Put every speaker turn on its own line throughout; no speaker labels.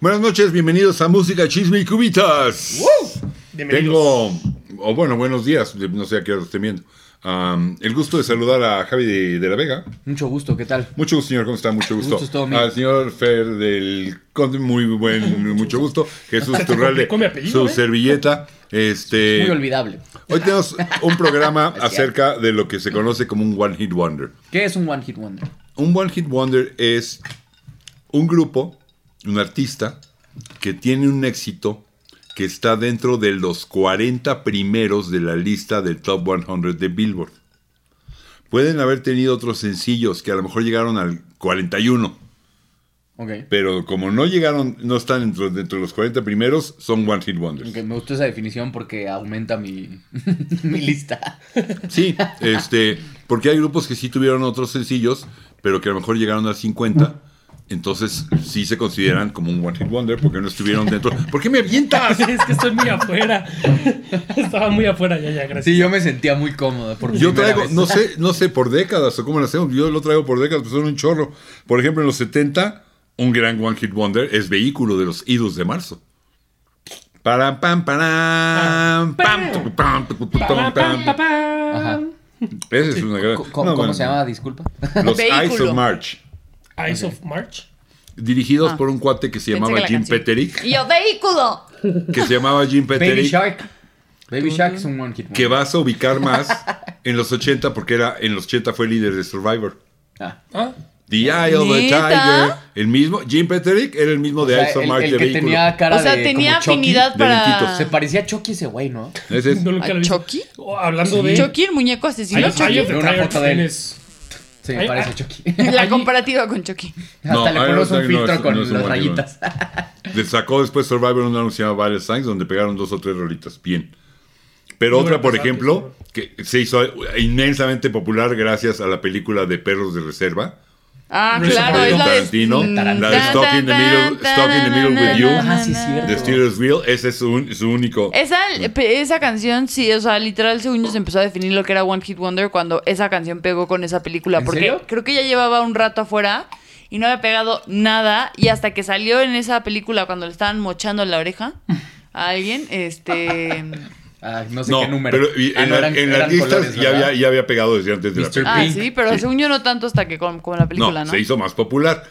Buenas noches, bienvenidos a Música, Chisme y Cubitas. Tengo, o bueno, buenos días, no sé a qué hora estén viendo. Am, el gusto de saludar a Javi de, de la Vega.
Mucho gusto, ¿qué tal?
Mucho gusto, señor, ¿cómo está? Mucho gusto.
Gusto es todo mío.
Al señor Fer del Conde, muy buen, mucho gusto. Jesús Turralde,
complicó mi apellido,
su
¿eh?
servilleta. Este,
Muy olvidable.
hoy tenemos un programa
Es
acerca de lo que se conoce como un One Hit Wonder.
¿Qué es un One Hit Wonder?
Un One Hit Wonder es un grupo, un artista, que tiene un éxito que está dentro de los 40 primeros de la lista del Top 100 de Billboard. Pueden haber tenido otros sencillos que a lo mejor llegaron al 41,
Ok.
pero como no llegaron, no están dentro, dentro de los 40 primeros, son One Hit Wonders.
Ok, me gustó esa definición porque aumenta mi, mi lista.
Sí, este, porque hay grupos que sí tuvieron otros sencillos, pero que a lo mejor llegaron al 50. Entonces sí se consideran como un One Hit Wonder porque no estuvieron dentro. ¿Por qué me avientas?
es que estoy muy afuera. Estaba muy afuera ya, ya,
Pues
gracias.
Sí, yo me sentía muy cómodo. Por
Yo
primera
traigo,
vez.
no sé, no sé por décadas o cómo lo hacemos. Yo lo traigo por décadas, pues son un chorro. Por ejemplo, en los 70, un gran One Hit Wonder es vehículo de los idos de marzo. Param, pam, param, pam, tucu, pam, tucu, tucu, pam,
Pa, pa, pa,
pam.
pa.
Ajá.
Esa es una gran.
Co- co-
No,
¿Cómo
bueno,
se llama? Disculpa.
Los Eyes
Vehículo.
of March.
Eyes of March.
dirigidos
Ah.
por un cuate que se
Pensé
llamaba
que la
Jim
canción.
Petterick,
Y yo, vehículo.
que se llamaba Jim
Baby
Petterick,
Shark. Baby Shark es un One Hit Wonder.
que vas a ubicar más en los 80 porque era en los 80 fue líder de Survivor.
Ah.
Ah,
The Eye of the Tiger,
¿Neta?
el mismo Jim Petterick era el mismo
O sea,
de Ice of
el,
March
el
de
que
vehículo.
tenía cara
O sea,
de
tenía
como Chucky.
afinidad
de
para.
Ventitos.
Se parecía a Chucky ese güey, ¿no?
Ese es-
no nunca
¿A
lo he visto.
Chucky?
Oh, hablando de.
Chucky, el muñeco asesino.
Eyes-
Chucky.
Eyes of the
Veo una
Tiger
foto de él.
tienes-
Se
Ay,
parece
ah.
ay.
a Chucky.
La comparativa con Chucky.
Hasta
No,
le
ay,
ponemos
no,
un
no,
filtro
es-
con
no es un
las
One Hit
rayitas.
le sacó después Survivor un álbum que se llama Violent Signs donde pegaron dos o tres rolitas. Bien. Pero
No
otra,
me
por
pasaste,
ejemplo, que se hizo inmensamente popular gracias a la película de Perros de Reserva.
Ah,
Reservoir
claro, es la de.
Tarantino,
Mm,
la de
tan,
Stuck in the
tan,
Middle-
tan,
Stuck in the Middle with
tan,
You.
tan,
Ah, sí,
tan,
cierto.
The Steelers Wheel, ese es su, su único.
Esa, pe- esa canción, sí, o sea, literal, según yo, se empezó a definir lo que era One Hit Wonder cuando esa canción pegó con esa película.
¿En
Porque
serio?
creo que ya llevaba un rato afuera y no había pegado nada. Y hasta que salió en esa película, cuando le estaban mochando la oreja a alguien, este.
Ah, no sé
No,
qué número.
pero y-
Ah,
en,
no,
la-
eran-
en
eran
las listas
colores,
ya,
¿verdad?
había, ya había pegado desde antes de la
Mr.
película.
Ah,
Pink.
sí, pero
Sí.
según yo no tanto hasta que con, con la película,
No,
¿no?
se hizo más popular.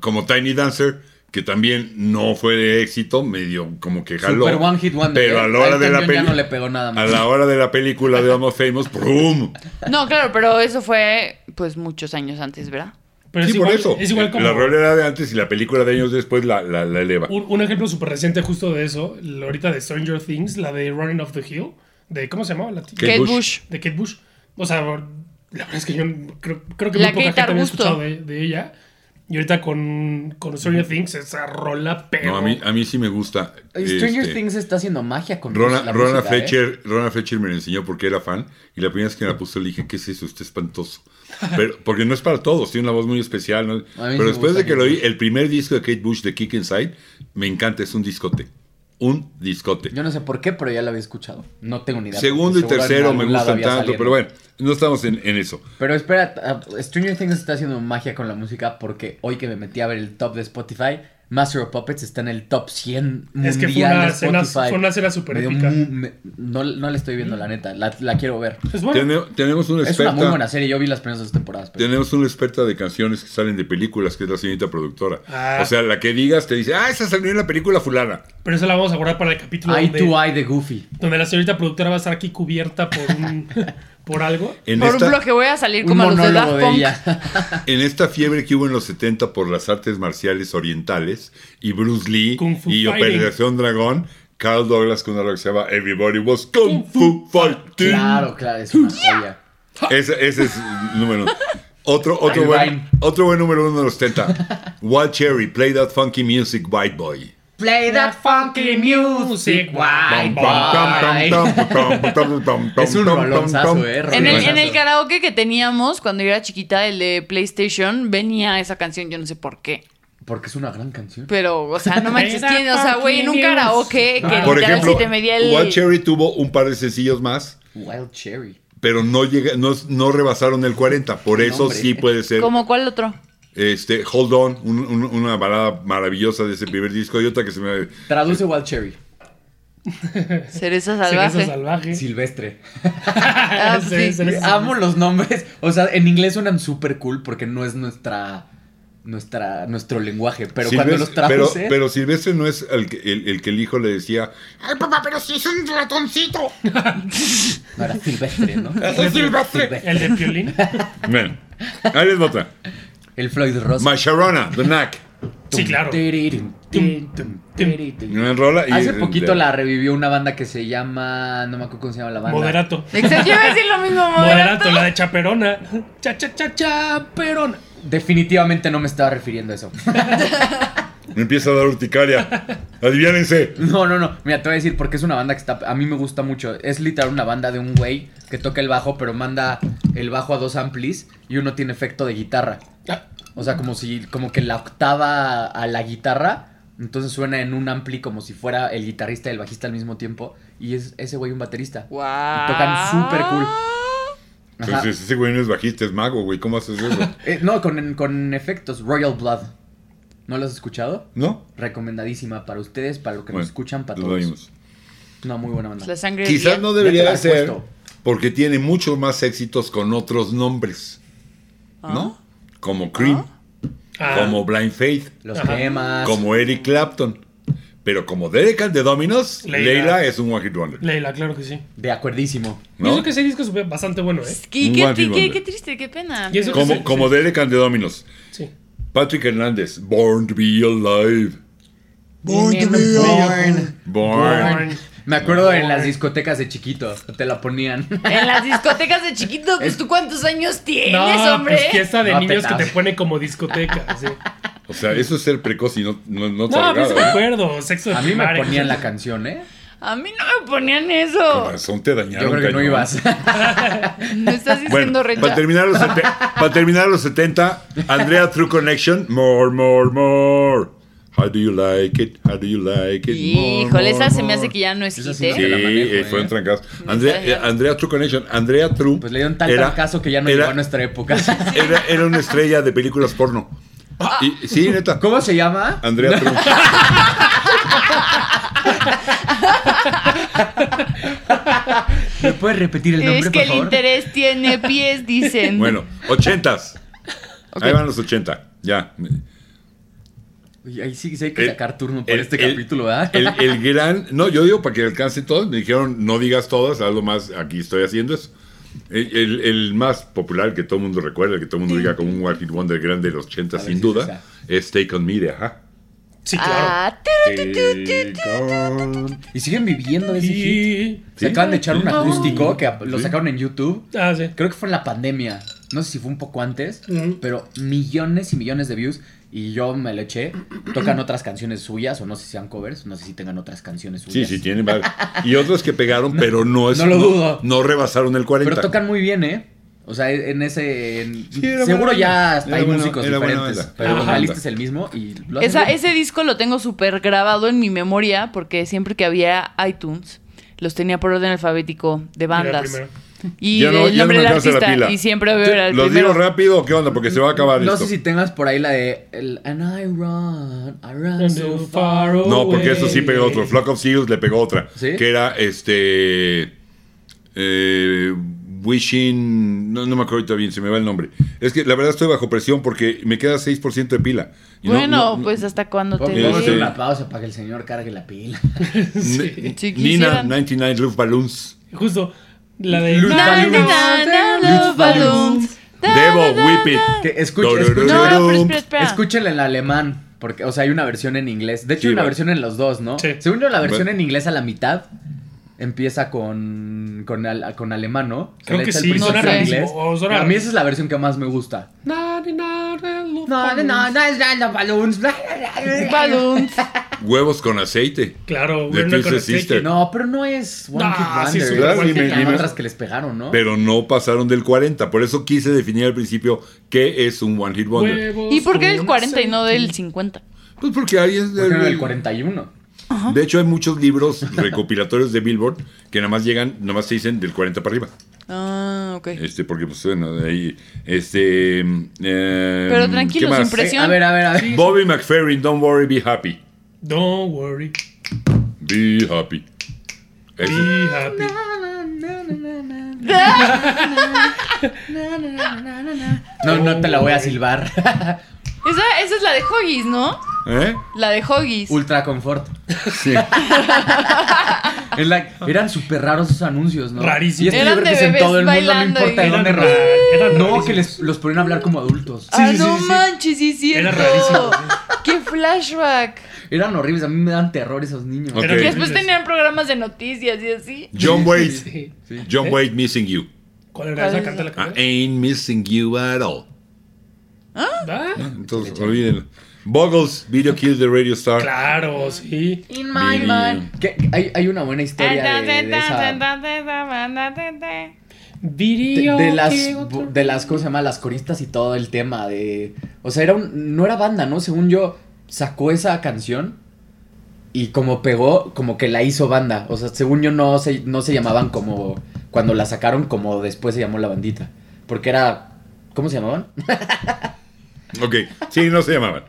Como Tiny Dancer, que también no fue de éxito, medio como que jaló.
Super One Hit Wonder.
Pero a la
Ahí
hora de la
también ya no le
película.
pegó nada
A
más.
la hora de la película de Almost Famous, ¡brum!
No, claro, pero eso fue pues muchos años antes, ¿verdad?
Pero
sí,
es igual,
por eso. Eh,
Es igual como.
La rola era de antes y la película de años después la, la- la eleva.
Un, un ejemplo súper reciente justo de eso, la ahorita de Stranger Things, la de Running Off the Hill, de ¿cómo se llamaba? La tía?
Kate
Kate
Bush.
Bush.
de Kate Bush. O sea, la verdad es que yo creo, creo que
La
muy poca
Kate
gente había
Arbusto.
escuchado de, de ella. Y ahorita con, con Stranger Things, esa rola pero
No, a mí, a mí sí me gusta.
Stranger
este,
Things está haciendo magia con
Rona,
la
Rona
música, ¿eh?
Fletcher, Rona Fletcher me la enseñó porque era fan y la primera vez que me la puso le dije, ¿qué es eso? Está espantoso. Pero, porque no es para todos, tiene una voz muy especial. ¿no? Pero
me
después
gusta
de que
Kate
lo oí, el primer disco de Kate Bush de Kick Inside, me encanta, es un discote. Un discote.
Yo no sé por qué, pero ya la había escuchado. No tengo ni idea.
Segundo y
porque seguro en
tercero
algún
me
lado
gustan
había
tanto,
salido.
pero bueno, no estamos en, en eso.
Pero espera, ah, Stranger Things está haciendo magia con la música porque hoy que me metí a ver el top de Spotify, Master of Puppets está en el top 100 mundial
Es que fue una
de
escena-
Spotify.
fue una escena súper
Me dio
épica.
mu- me- no, no la estoy viendo, la neta. La, la quiero ver.
es bueno.
Tene- tenemos una
Es una muy buena
experta.
serie. Yo vi las primeras dos temporadas. pero-
Tenemos una experta de canciones que salen de películas, que es la señorita productora.
Ah.
O sea, la que digas te dice, ah, esa salió en la película fulana.
Pero eso la vamos a guardar para el capítulo
Eye to
donde,
Eye de Goofy.
donde la señorita productora va a estar aquí cubierta por, un, por algo.
En
Por
esta-
un bloque voy a salir
Un
como a los de
monólogo
Daft
de
Punk.
ella.
En esta fiebre que hubo en los 70 por las artes marciales orientales y Bruce Lee
Kung Fu
y
Fighting.
Operación Dragón, Carl Douglas con una rola que se llama Everybody Was Kung Fu Fighting.
Claro, claro, es una joya.
Ese, ese es número uno. Otro, otro,
Ahí
buen,
va.
otro buen número uno de los 70. Wild Cherry, Play That Funky Music, White Boy.
Play that funky music,
Bam,
white
bam,
boy. Es un rolonzazo, eh,
En el, en el
Rolonzazo.
karaoke que teníamos cuando yo era chiquita, el de PlayStation, venía esa canción, yo no sé por qué.
Porque es una gran canción.
Pero, o sea, no manches, tiene- o sea, güey, en un karaoke que
Por
literal
ejemplo,
si te medía el...
Wild Cherry tuvo un par de sencillos más.
Wild Cherry.
pero no, llega, no, no rebasaron el 40. Por eso
hombre.
sí puede ser.
¿Cómo cuál otro?
Este, Hold On, un- un- una balada maravillosa de ese primer disco y otra que se me...
Traduce Wild Cherry.
Cereza salvaje.
Cereza salvaje.
Silvestre.
Ah,
Sí,
sí.
cereza salvaje.
Amo los nombres. O sea, en inglés suenan súper cool porque no es nuestra. Nuestra, nuestro lenguaje, pero cuando
Silvestre-
los ¿eh?
pero,
traduces.
pero Silvestre no es el, que- el- el que el hijo le decía,
Ay, papá, pero si es un ratoncito.
No era silvestre, ¿no?
Es silvestre.
Silvestre.
El de Piolín.
bueno, ahí les va otra.
El Floyd Ross.
Masharona, The Knack.
Sí, claro.
Tiririm, tin, tum, tiririm.
Una rola y-
Hace poquito la revivió una banda que se llama. No me acuerdo cómo se llama la banda.
Moderato.
Exacto, yo iba a decir lo mismo, moderato.
Moderato, la de Chaperona. Cha, cha, cha, chaperona.
Definitivamente no me estaba refiriendo a eso.
Me empieza a dar urticaria. Adiviánense.
No, no, no. Mira, te voy a decir porque es una banda que está. A mí me gusta mucho. Es literal una banda de un güey que toca el bajo, pero manda el bajo a dos amplis y uno tiene efecto de guitarra.
Ah,
O sea, como si. Como que la octava a la guitarra. Entonces suena en un ampli como si fuera el guitarrista y el bajista al mismo tiempo. Y es ese güey un baterista.
Guau.
Tocan súper cool. Ajá.
Entonces, ese güey no es bajista, es mago, güey. ¿Cómo haces eso?
Eh, no, con, con efectos. Royal Blood. ¿No lo has escuchado?
¿No?
Recomendadísima para ustedes, para lo que
Bueno,
nos escuchan, para
lo
todos.
oímos.
Una muy buena banda.
La sangre del
Quizás
día.
no
te la
debería de
he
ser
puesto.
porque tiene muchos más éxitos con otros nombres, ¿no? Como Cream,
ah,
como Blind Faith,
Los
Ajá.
temas.
como Eric Clapton. Pero como Derek and the Dominos, Leila,
Leila.
es un One Hit Wonder.
Leila, claro que sí.
De acuerdísimo.
¿no?
Pienso que ese disco es bastante bueno, ¿eh?
Qué,
Un
qué-
One Hit
qué-
Wonder.
qué triste, qué pena.
Y eso
pero-
Como,
Sí,
como Derek and the Dominos.
Sí.
Patrick Hernández, Born to be Alive.
Born
to be born.
Born.
Me acuerdo en las discotecas de chiquito. Te la ponían.
En las discotecas de chiquito, pues tú cuántos años tienes,
No,
hombre.
pues fiesta de
No,
niños que
petardo.
te pone como discoteca. Sí.
O sea, eso es ser precoz y no, no, no te
No, pues
agrada,
me
¿eh?
acuerdo. Sexo de
A mí me
primaria.
ponían la canción, ¿eh?
A mí no me ponían
Con
eso.
razón te dañaron.
Yo creo que no
cañón.
ibas.
Me estás diciendo
Bueno,
recha.
para terminar, los sete- para terminar los 70, Andrea True Connection, more, more, more. How do you like it? How do you like it? More, more,
Híjole, esa se me hace
more.
que ya no es
Esa
hit,
sí
¿eh?
Sí,
Te la manejo,
eh,
eh.
fue un trancazo.
Me
Andrea,
está
eh, Andrea True Connection. Andrea True.
Pues le dieron tal
era-
caso que ya no llegó a
era,
nuestra época.
era, era una estrella de películas porno.
Ah.
Y- sí, neta.
¿Cómo se llama?
Andrea True.
¿Me puedes repetir el nombre,
es que
por
el
favor?
interés tiene pies, dicen.
Bueno, ochentas.
Ok.
Ahí van los 80. Ya.
Oye, ahí sí, sí hay que sacar turno para
el-
este
el-
capítulo, ¿verdad?
El, el gran. No, yo digo para que alcance todas. Me dijeron, no digas todas, algo más. Aquí estoy haciendo eso. El, el- el más popular el que todo el mundo recuerda, el que todo el mundo diga como un One Hit Wonder grande de los 80,
A ver
sin
si es
duda,
esa.
es Take On Me de Ajá.
Sí, claro.
Ah, turu, turu, turu, turu.
Take on-
Y siguen viviendo ese hit.
Y...
Sí.
Se acaban de echar un acústico que lo
Sí.
sacaron en YouTube.
Ah, sí.
Creo que fue en la pandemia. No sé si fue un poco antes,
Ujú.
pero millones y millones de views. Y yo me lo eché. Tocan otras canciones suyas, o no sé si sean covers, no sé si tengan otras canciones
Sí,
suyas.
sí, tiene varios. Y otros que pegaron, pero no es.
no lo dudo.
No rebasaron el 40.
Pero tocan muy bien, ¿eh? O sea, en ese. en-
Sí, era
seguro
buena
ya
banda.
hasta
Era
hay
buena-
músicos
era buena
diferentes.
banda.
Pero
Ajá.
la lista es el mismo y lo hacen
Esa-
bien.
ese disco lo tengo súper grabado en mi memoria porque siempre que había iTunes los tenía por orden alfabético de bandas.
primero.
Y
Ya no- ya no
el
me
nombre del
alcanza la
artista.
pila.
y siempre era el
¿Los digo
primero.
rápido o qué onda? Porque se va a acabar
No
esto.
sé si tengas por ahí la de. el- and I run, I run
And
so
so
far.
far
Oh,
No, porque
away.
eso sí pegó otro. Flock of Seagulls le pegó otra.
¿Sí?
Que era este. eh, wishing. No, no me acuerdo ahorita bien, se me va el nombre. Es que la verdad estoy bajo presión porque me queda 6% de pila. Y no-
Bueno,
no-
pues hasta cuando te
Vamos a hacer
Este-
una pausa para que el señor cargue la pila.
N-
Si
Nina,
quisieran.
99 Roof Balloons.
Justo. La de.
Luz
Na,
Balloons.
na, na, na,
Luz
balloons. Da,
Debo,
da,
whip it.
da.
Que escucha-
Dorororo.
No, pero espera, espera.
Escúchenla en alemán, porque, o sea, hay una versión en inglés. De hecho,
Sí,
hay una
va.
versión en los dos, ¿no?
Sí.
Según yo, la versión
Va.
en inglés a la mitad empieza con con, al- con alemán, ¿no? Se
Creo
le
que
echa el
sí,
principio
suena
en
rarísimo,
inglés.
o suena-
A mí esa es la versión que más me gusta.
Na, ni, na, na, lu-
No, no, no, no es la balloons.
Balloons.
Huevos con aceite. The
Claro, We're Not Gonna
Twisted
Take
Sister.
It.
No, pero no es One
No,
Hit
sí,
Wonder.
sí,
claro,
Porque
dime,
hay
dime.
otras que les pegaron, ¿no?
Pero no pasaron del 40. Por eso quise definir al principio qué es un One Hit Wonder.
Huevos
¿Y por qué
con
el 40 y no
aceite.
del 50?
Pues porque ahí es
¿Por qué no el 41?
De hecho, hay muchos libros recopilatorios de Billboard que nada más llegan, nada más se dicen del 40 para arriba.
Ah, ok.
Eh.
Este, porque pues bueno, de ahí, este... em,
Pero
¿qué
tranquilo,
más?
sin presión.
a ver, a ver, a ver.
Bobby McFerrin, Don't Worry, Be Happy.
Don't worry,
Be Happy. Ese.
be happy.
No, no te la voy a silbar.
Esa, esa es la de Hoggies, ¿no?
¿Eh?
La de Hoggies.
Ultra confort.
Sí.
Es la- eran súper raros esos anuncios, ¿no?
Rarísimo.
Y esto yo
Eran
creo que
de
es en
bebés
todo el mundo, no
bailando
importa
y-
de dónde
Eran
ra-
ra- eran
No,
rarísimos.
que les, los ponían a hablar como adultos.
ah,
sí, sí,
no
sí, sí.
manches, sí es cierto.
Era rarísimo,
¿eh?
¿eh? sí.
Qué flashback.
Eran horribles, a mí me dan terror esos niños.
Ok.
Que
Qué
después
horribles.
tenían programas de noticias y así.
John Wade.
Sí.
John Wade, Missing You.
¿Cuál era
¿Cuál
esa
es
canta la
I
canción?
ain't missing you at all. eh.
Ah,
Entonces, olvídenlo. Boggles, Video Kills the Radio Star.
Claro, sí.
Video-
In my mind.
Que- que hay, hay una buena historia de, de esa- de,
Video.
de las
que otro-
de las cosas llama las coristas y todo el tema de o sea era un, no era banda no según yo sacó esa canción y como pegó como que la hizo banda o sea según yo no se no se llamaban como cuando la sacaron como después se llamó la bandita porque era cómo se llamaban
Ok, sí, no se llamaban.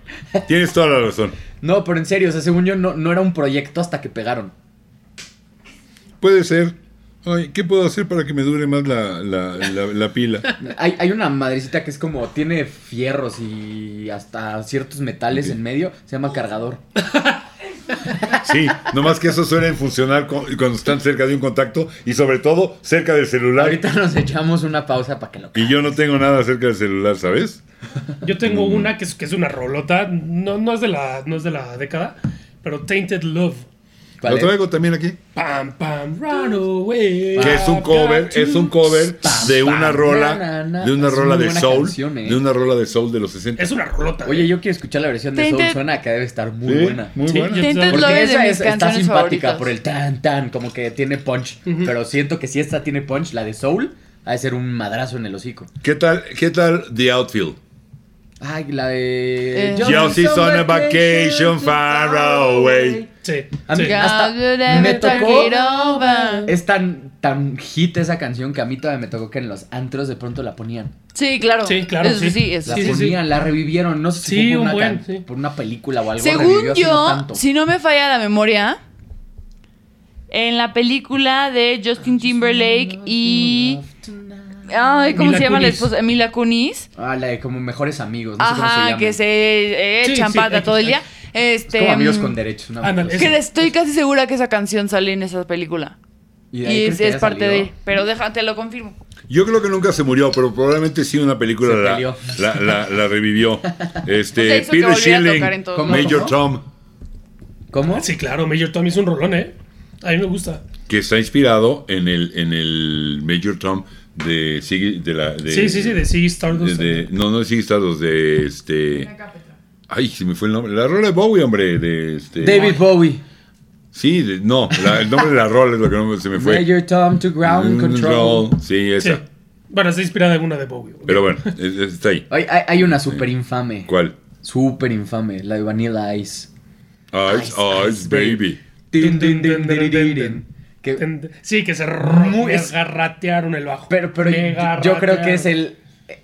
Tienes toda la razón.
no pero en serio o sea según yo no no era un proyecto hasta que pegaron
Puede ser. Ay, ¿qué puedo hacer para que me dure más la, la, la, la pila?
Hay, hay una madrecita que es como, tiene fierros y hasta ciertos metales
Ok.
en medio, se llama cargador.
Sí, nomás que eso suelen funcionar cu- cuando están cerca de un contacto y sobre todo cerca del celular.
Ahorita nos echamos una pausa para que lo...
Y yo no tengo nada cerca del celular, ¿sabes?
Yo tengo
Mm.
una que es, que es una rolota. No, no, es de la, no es de la década, pero Tainted Love.
¿Cuál
Lo
es?
traigo también aquí.
Pam, pam, run away.
Que es un
I've
cover,
got to-
es un cover
Pam,
de
pam,
una
na,
rola,
na, na.
de una
Es
rola
muy
de
buena
soul,
canción, ¿eh?
de una rola de soul de los 60.
Es una rolota.
Oye, yo quiero escuchar la versión de Soul
Tainted-
Suena, que debe estar muy
Sí,
buena.
Muy
Sí,
buena.
yo-
Tainted
Porque
Love
Porque
es de
esa
mis
es- está
canciones
simpática
favoritas.
por el tan tan, como que tiene punch. Pero siento que si esta tiene punch, la de Soul, ha de ser un madrazo en el hocico.
¿Qué tal, qué tal The Outfield?
Ay, la de...
Eh.
Just
Josie's
some
on a vacation far away.
Sí,
A mí-
sí.
Hasta
God, you
me
never turn
tocó-
it over.
Es tan, tan hit esa canción que a mí todavía me tocó que en los antros de pronto la ponían.
Sí, claro.
Sí, claro,
Eso
sí.
sí, eso
La
Sí, sí, sí.
ponían, la revivieron, no sé si
Sí,
fue por,
un
una
buen,
can-
sí.
por una película o algo. revivió
Según
hace no
yo,
tanto.
si no me falla la memoria, en la película de Justin Timberlake y. Ay, ¿cómo
Mila
se llama la
Kunis.
esposa? Mila Kunis.
Ah, la de como mejores amigos, no sé cómo se
Ajá,
llama.
que se eh,
Sí, sí,
champata
X,
todo el día.
X.
Este,
Como amigos
mm,
con derechos. una
Ándale,
cosa
esa.
así.
que estoy casi segura que esa canción sale en esa película.
de ahí
Y,
crees
es,
que
es
haya
parte
salido?
de. Pero déjate, lo confirmo.
Yo creo que nunca se murió, pero probablemente sí una película
Se
la,
peleó.
la, la- la revivió.
O sea,
Este,
hizo que
Peter
volviera a
Schilling,
tocar en todo.
¿Cómo?
Major Tom,
¿Cómo?
Sí, claro, Major Tom es un rolón, ¿eh? A mí me gusta.
que está inspirado en el, en el Major Tom de, Siggy- de la... de-
sí, sí, sí, de Siggy Stardust.
de- de- no, no es Siggy Stardust, de este... Ay, se me fue el nombre. La rola de Bowie, hombre, de este...
David Bowie.
Sí, de- no, la- el nombre de la rola es lo que no me- se me fue. Mm,
Major Tom to Ground Control.
Sí,
Sí.
esa.
Bueno, está inspirada en una de Bowie.
Pero bueno, es- es- está ahí.
Hay, hay- hay una súper infame.
¿Cuál?
Súper infame. La de Vanilla Ice.
Ice, Ice, Baby.
Tin, tin, tin, tiririn. Que-
Ten- Sí, que se
Muy-
me garratearon el bajo.
pero pero
Me
yo creo que
garratearon.
es el,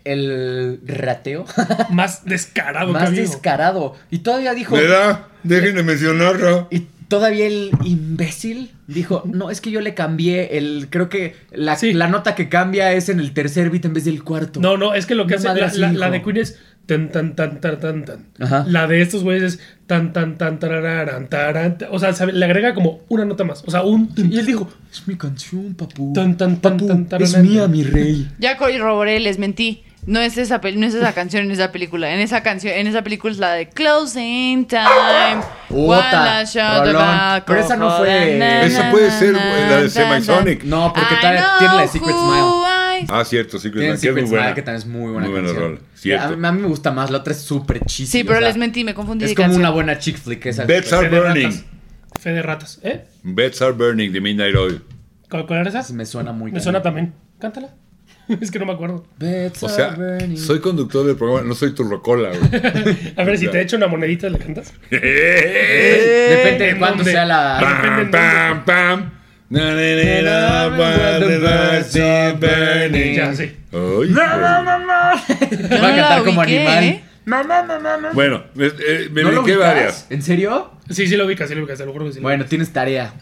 el rateo
más descarado que ha
más
habido.
descarado. Y todavía dijo...
¿Verdad? Dejen de mencionarlo.
Y todavía el imbécil dijo, no, es que yo le cambié el, creo que la,
Sí.
la nota que cambia es en el tercer beat en vez del cuarto.
No, no, es que lo que
Mi
hace
madre
la,
así
la-
dijo.
la de Queen es tan tan tan tan tan tan.
Ajá.
La de estos güeyes es tan tan tan tararán, tarán, ta- o sea, sabe, le agrega como una nota más, o sea, un
Y él dijo, es mi canción, papu.
Tan, tan, tan,
Papu,
tan, tan,
es
tan,
mía,
tan".
mi rey.
Ya corroboré, les mentí. No es esa pel- no es esa canción en esa película. En esa canción, en esa película es la de Closing Time.
Puta,
One last shot
rolón.
tobacco,
Pero esa no fue-
na,
Esa
na,
puede
na,
ser,
na,
güey, la de
na,
Semisonic.
No, porque
I
todavía
know
tiene la de Secret
who
Smile.
I-
Ah, cierto, Secret
Tiene
Santa, que es
Secret
muy
Smile,
buena.
que también es muy buena
Muy buena
canción.
rola, cierto.
A mí, a mí me gusta más, la otra es súper chis.
Sí, pero les mentí, me confundí
Es
de
como
canción.
una buena chick flick esa.
Beds
Fe
are
de
burning.
ratas. Fe de ratas, ¿eh?
Beds are burning de Midnight Oil.
¿Cuál, cuál era esa?
Me suena muy
Me suena también. Cántala. es que no me acuerdo.
Beds
O
are
sea,
burning.
soy conductor del programa, no soy tu rocola, güey.
A ver si te echo una monedita
Eh,
le cantas.
Depende de
¿En
cuánto
dónde?
sea la...
pam, pam, pam. Na, na, na, na, while the lights are burning.
Ya, sí.
Ay,
Yo
Va a
no
cantar
la
como
ubiqué,
animal.
¿eh?
güey. Bueno, eh, eh, me
¿No lo
brinqué
ubicas?
varias.
¿En serio?
Sí, sí lo ubicas, sí lo ubicas, te lo juro que sí. lo
Bueno, tienes tarea.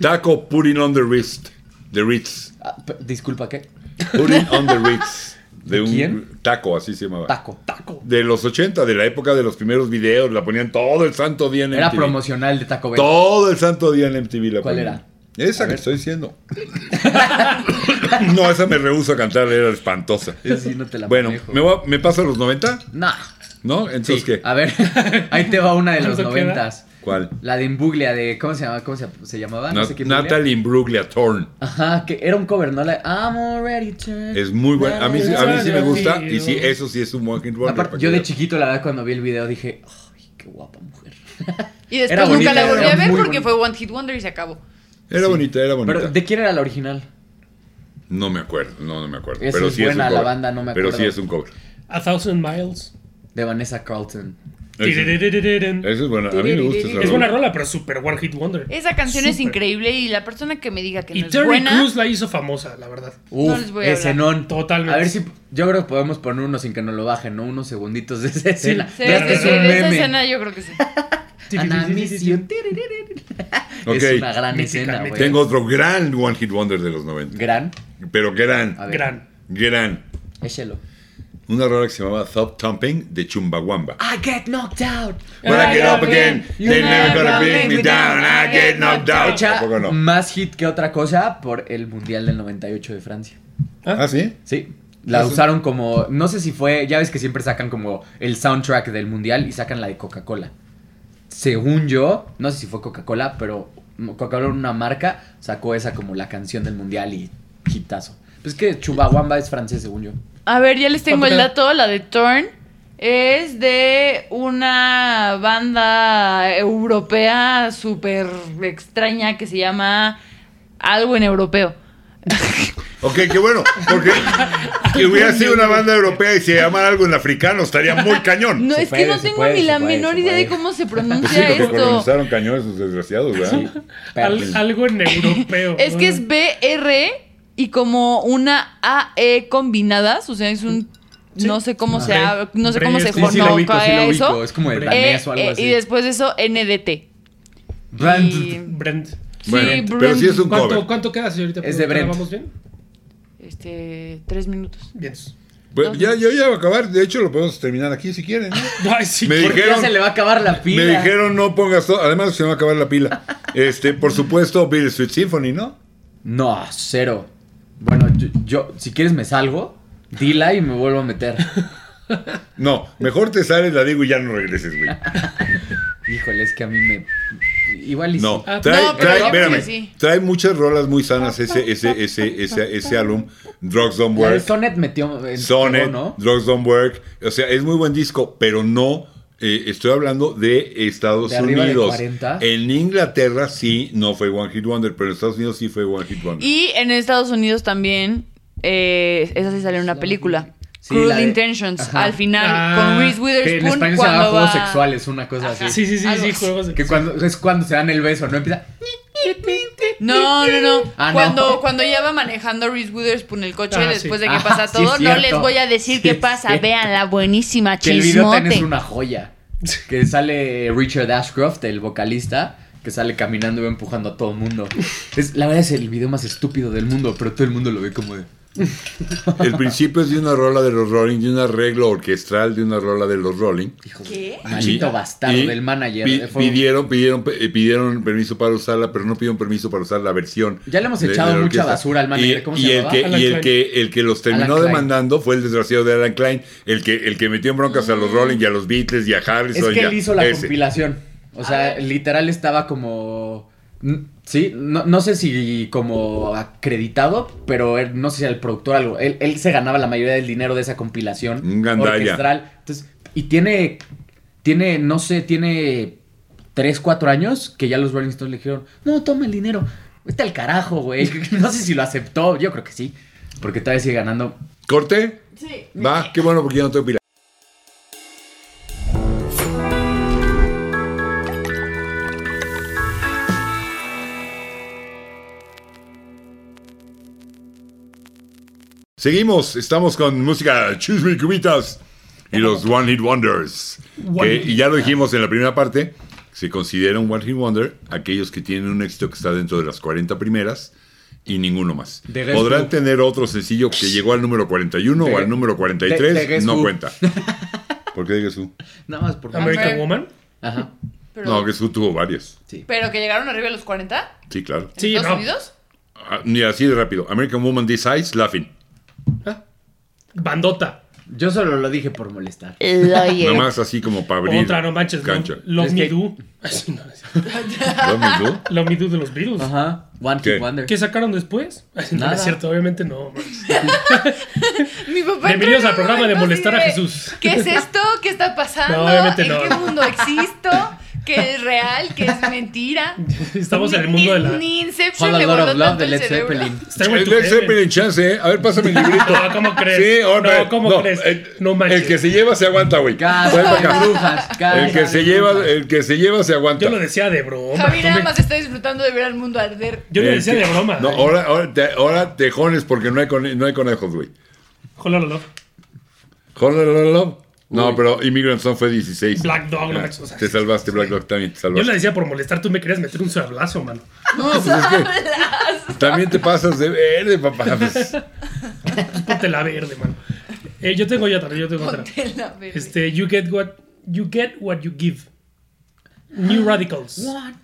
Taco putting on the wrist. The Ritz.
Ah, p- disculpa, ¿qué?
Putting on the Ritz. De un
quién?
taco, así se llamaba.
Taco.
ubico.
De los 80, de la época de los primeros videos, la ponían todo el santo día en
Era
MTV.
promocional de Taco Bell.
Todo el santo día en MTV la
¿Cuál
ponían. Esa que estoy diciendo. no, esa me rehuso a cantar, era espantosa.
Esa sí no te la
Bueno,
manejo.
¿me, voy a- ¿me paso a los 90?
Nah.
¿No? Entonces,
Sí.
¿qué?
A ver, ahí te va una de los
¿Cuánto queda?
noventas.
¿Cuál?
La de Imbuglia, de. ¿Cómo se llamaba? ¿Cómo se, se llamaba? Ah, No,
Na-
sé qué. Imbuglia.
Natalie Imbruglia Thorne.
Ajá, que era un cover, ¿no? La I'm already turned.
Es muy buena. A mí, sí- a mí sí me gusta. Y sí,
Sí.
eso sí es un One Hit Wonder,
Aparte,
para
yo
que
de
veas.
chiquito, la verdad, cuando vi el video dije, ¡ay, qué guapa mujer!
Y
Era
después nunca
bonita,
la volví a
era
ver
muy
porque
bonita.
fue One Hit Wonder y se acabó.
Era bonita, era bonita.
Pero, ¿de quién era la original?
No me acuerdo, no, no me acuerdo.
Esa
pero
es
sí es un
buena, la
cover.
banda, no me
Pero
acuerdo.
sí es un cover.
A Thousand Miles.
De Vanessa Carlton.
Eso
Es
es bueno. A mí me gusta esa
buena
rola.
rola, pero super One Hit Wonder.
Esa canción es
Súper.
increíble y la persona que me diga que no
Y
es
Terry
buena.
Crews la hizo famosa, la verdad.
Uf,
les voy a
ese
hablar.
non.
Totalmente.
A ver si. Yo creo que podemos poner uno sin que nos lo bajen, ¿no? Unos segunditos de esa escena.
Sí,
Ya
sí,
que es
sí,
un
de esa
meme.
escena yo creo que sí.
Ana,
Sí, sí, sí,
miss
sí, sí.
you. Tiririririr.
Ok.
Es una gran
Mítica,
escena,
mítica.
güey.
Tengo otro gran One Hit Wonder de los 90.
Gran.
Pero
A
gran,
ver.
Gran.
gran.
Échelo.
Una rola que se llamaba Thump Thumping de Chumbawamba.
I get knocked out.
When I get up again, they never gonna bring me down. I get knocked out.
Hecha
Ah, Tampoco no.
más hit que otra cosa por el Mundial del 98 de Francia.
¿Ah, sí?
Sí. La
Eso-
usaron como. No sé si fue. Ya ves que siempre sacan como el soundtrack del mundial y sacan la de Coca-Cola. Según yo, no sé si fue Coca-Cola, pero Coca-Cola, una marca, sacó esa como la canción del mundial y hitazo. Pues que Chubahuamba es francés, según yo.
A ver, ya les tengo el
¿Cuánto queda?
dato. La de Torn es de una banda europea súper extraña que se llama Algo en Europeo.
Ok, qué bueno. Porque que hubiera sido una banda europea y se llamara algo en africano, estaría muy cañón.
No,
Se
es que
puede,
no
se
tengo
puede,
ni
se
la
puede, se
menor idea
puede.
de cómo se
Pues sí,
pronuncia
porque
esto.
colonizaron cañones esos desgraciados, ¿verdad?
Al- algo en europeo.
Es que es BR y como una AE combinadas, o sea, es un
Sí.
no sé cómo se
Ok.
ab- no sé
Hombre,
cómo se
sí, sí
jonoca
lo ubico, sí lo
eso.
ubico. Es como de
Eh,
danés o algo
eh,
así.
Y después de eso NDT.
Brand-
Y,
Brent.
Bueno,
Sí,
pero sí es
Brent.
un
¿Cuánto,
cover.
¿Cuánto queda, señorita?
Es de Brent.
¿Vamos bien?
este, tres minutos.
Bien.
Pues ya, yo ya voy a acabar. De hecho, lo podemos terminar aquí si quieren. ¿no?
Ay, sí.
Me
qué-
Porque
dijeron-
ya se le va a acabar la pila.
Me dijeron no pongas todo. Además, se me va a acabar la pila. Este, por supuesto, Bill Sweet Symphony, ¿no?
No, cero. Bueno, yo, yo- si quieres me salgo, dila y me vuelvo a meter.
No, mejor te sales, la digo y ya no regreses, güey.
Híjole, es que a mí me. Igual y
No,
sí.
Ah,
trae,
no, pero
trae-
yo creo que
espérame,
sí.
trae muchas rolas muy sanas ese, ese, ese, ese, ese álbum, Drugs Don't
La de
Work,
Sonet metió. en-
Sonnet,
¿no?
Drugs Don't Work. O sea, es muy buen disco, pero no. eh, estoy hablando de Estados
De arriba de
Unidos.
40.
en Inglaterra sí no fue One Hit Wonder, pero en Estados Unidos sí fue One Hit Wonder.
Y en Estados Unidos también, eh, esa sí salió en una película.
Sí,
Cruel
la de-
Intentions,
Ajá.
al final,
Ah,
con Reese
Que en
Witherspoon.
español se
cuando
llama juegos
va-
sexuales, una cosa así.
Sí, sí, sí,
Algo
sí,
así.
juegos de-
Que cuando, es cuando se dan el beso, ¿no? Empieza.
No, no, no.
Ah, no.
cuando, cuando ya va manejando Reese Witherspoon el coche
Ah,
después
sí.
de que
Ah,
pasa
sí,
todo,
es
no
cierto.
les voy a decir
Sí,
qué
es
pasa.
cierto.
Vean la buenísima
Que el video también es
chismote.
una joya. Que sale Richard Ashcroft, el vocalista, que sale caminando y va empujando a todo el mundo. Es, la verdad es el video más estúpido del mundo, pero todo el mundo lo ve como de.
El principio es de una rola de los Rolling, de un arreglo orquestral de una rola de los Rolling.
¿Qué?
Maldito
Y-
bastardo
y
del manager.
pi-
eh, fue-
pidieron, pidieron, eh, pidieron permiso para usarla, pero no pidieron permiso para usar la versión.
Ya le hemos
de-
echado
de la
mucha
orquesta.
basura al manager,
Y,
¿cómo
y
se
el
llamaba?
que,
Alan
y el
Klein.
que, el que los terminó
Alan Klein.
demandando fue el desgraciado de Alan Klein, el que, el que metió en broncas a los Rolling y a los Beatles y a Harrison.
Mm. Es que
y a-
él hizo la
ese.
compilación. O sea, literal estaba como. n- Sí, no, no sé si como acreditado, pero él- no sé si era el productor o algo. Él, él se ganaba la mayoría del dinero de esa
Un
compilación
gandalla.
orquestral. Entonces, y tiene, tiene, no sé, tiene 3, 4 años que ya los Rolling Stones le dijeron, no, toma el dinero. Está el carajo, güey. No sé si lo aceptó, yo creo que sí. Porque todavía sigue ganando.
¿Corte? Va, qué bueno porque ya no tengo pila. Seguimos, estamos con música Chisme y Cubitas y los One Hit Wonders.
One
que-
Hit.
y ya lo dijimos en la primera parte, se considera un One Hit Wonder aquellos que tienen un éxito que está dentro de las 40 primeras y ninguno más.
The Guess
Podrán
Who.
tener otro sencillo que llegó al número 41
The-
o al número
The- The
43,
Guess
no
Who.
cuenta. ¿Por qué Guess Who?
Nada más por
American
Ameri-
Woman.
Ajá.
Pero,
No, Guess Who tuvo varias.
pero que llegaron arriba de los 40
Sí, claro.
en
Sí,
Estados
no.
Unidos.
Ah, Ni así de rápido. American Woman This Eyes, Laughing.
Bandota.
Yo solo lo dije por molestar.
Nada más así como para abrir
Otra, no manches. Lo
cancha.
Love
Es
Me
que-
Do. Ay, sí, no, es-
Love Me Do.
Love Me Do de los Beatles.
Ajá. One
¿Qué?
Hit Wonder.
¿Qué sacaron después? Ay, No, no
Nada.
es cierto, obviamente no. man.
Mi papá
Bienvenidos
entró en
al
un
programa de
momento
molestar
así
a
de,
Jesús.
¿Qué es esto? ¿Qué está pasando?
No, obviamente
¿En
no.
qué mundo existo? ¿Qué es real? ¿Qué es mentira?
Estamos en el
Ni-
mundo de
ni-
la.
Ni Inception
Fall a
le
Lot
voló
of Love
tanto
de
el
Led
cerebro.
Zeppelin.
Stairway
El
to
Led
Heaven.
Eh, Zeppelin, chance, ¿eh? A ver, pásame el librito.
No, ¿cómo crees?
Sí, hombre.
No, ¿cómo crees?
El,
No manches.
el que se lleva se aguanta, güey.
Gas,
Trae para acá.
brujas, gas,
El que
gas,
se lleva, eh,
brujas.
el que se lleva se aguanta.
Yo lo decía de broma.
Javi
tú
nada
me-
más está disfrutando de ver al mundo arder.
Yo lo
El
decía
que-
de broma. eh.
No, oh. ahora, ahora, te- ahora tejones porque no hay, cone- no hay conejos, güey.
Hola, Lolo.
Jolololo. No,
Uy.
pero Immigrant Song fue 16.
Black Dog, no
Ah,
me- o sea,
Te salvaste, Black Dog también te
Yo lo
salvaste.
decía por molestar, tú me querías meter un sablazo, mano.
No, pues es que también te pasas de verde, papá. Pues,
Ponte la verde, mano. Eh, yo tengo ya otra, yo tengo otra.
Ponte la verde.
Este, you get what you get what you give. New Radicals.
One,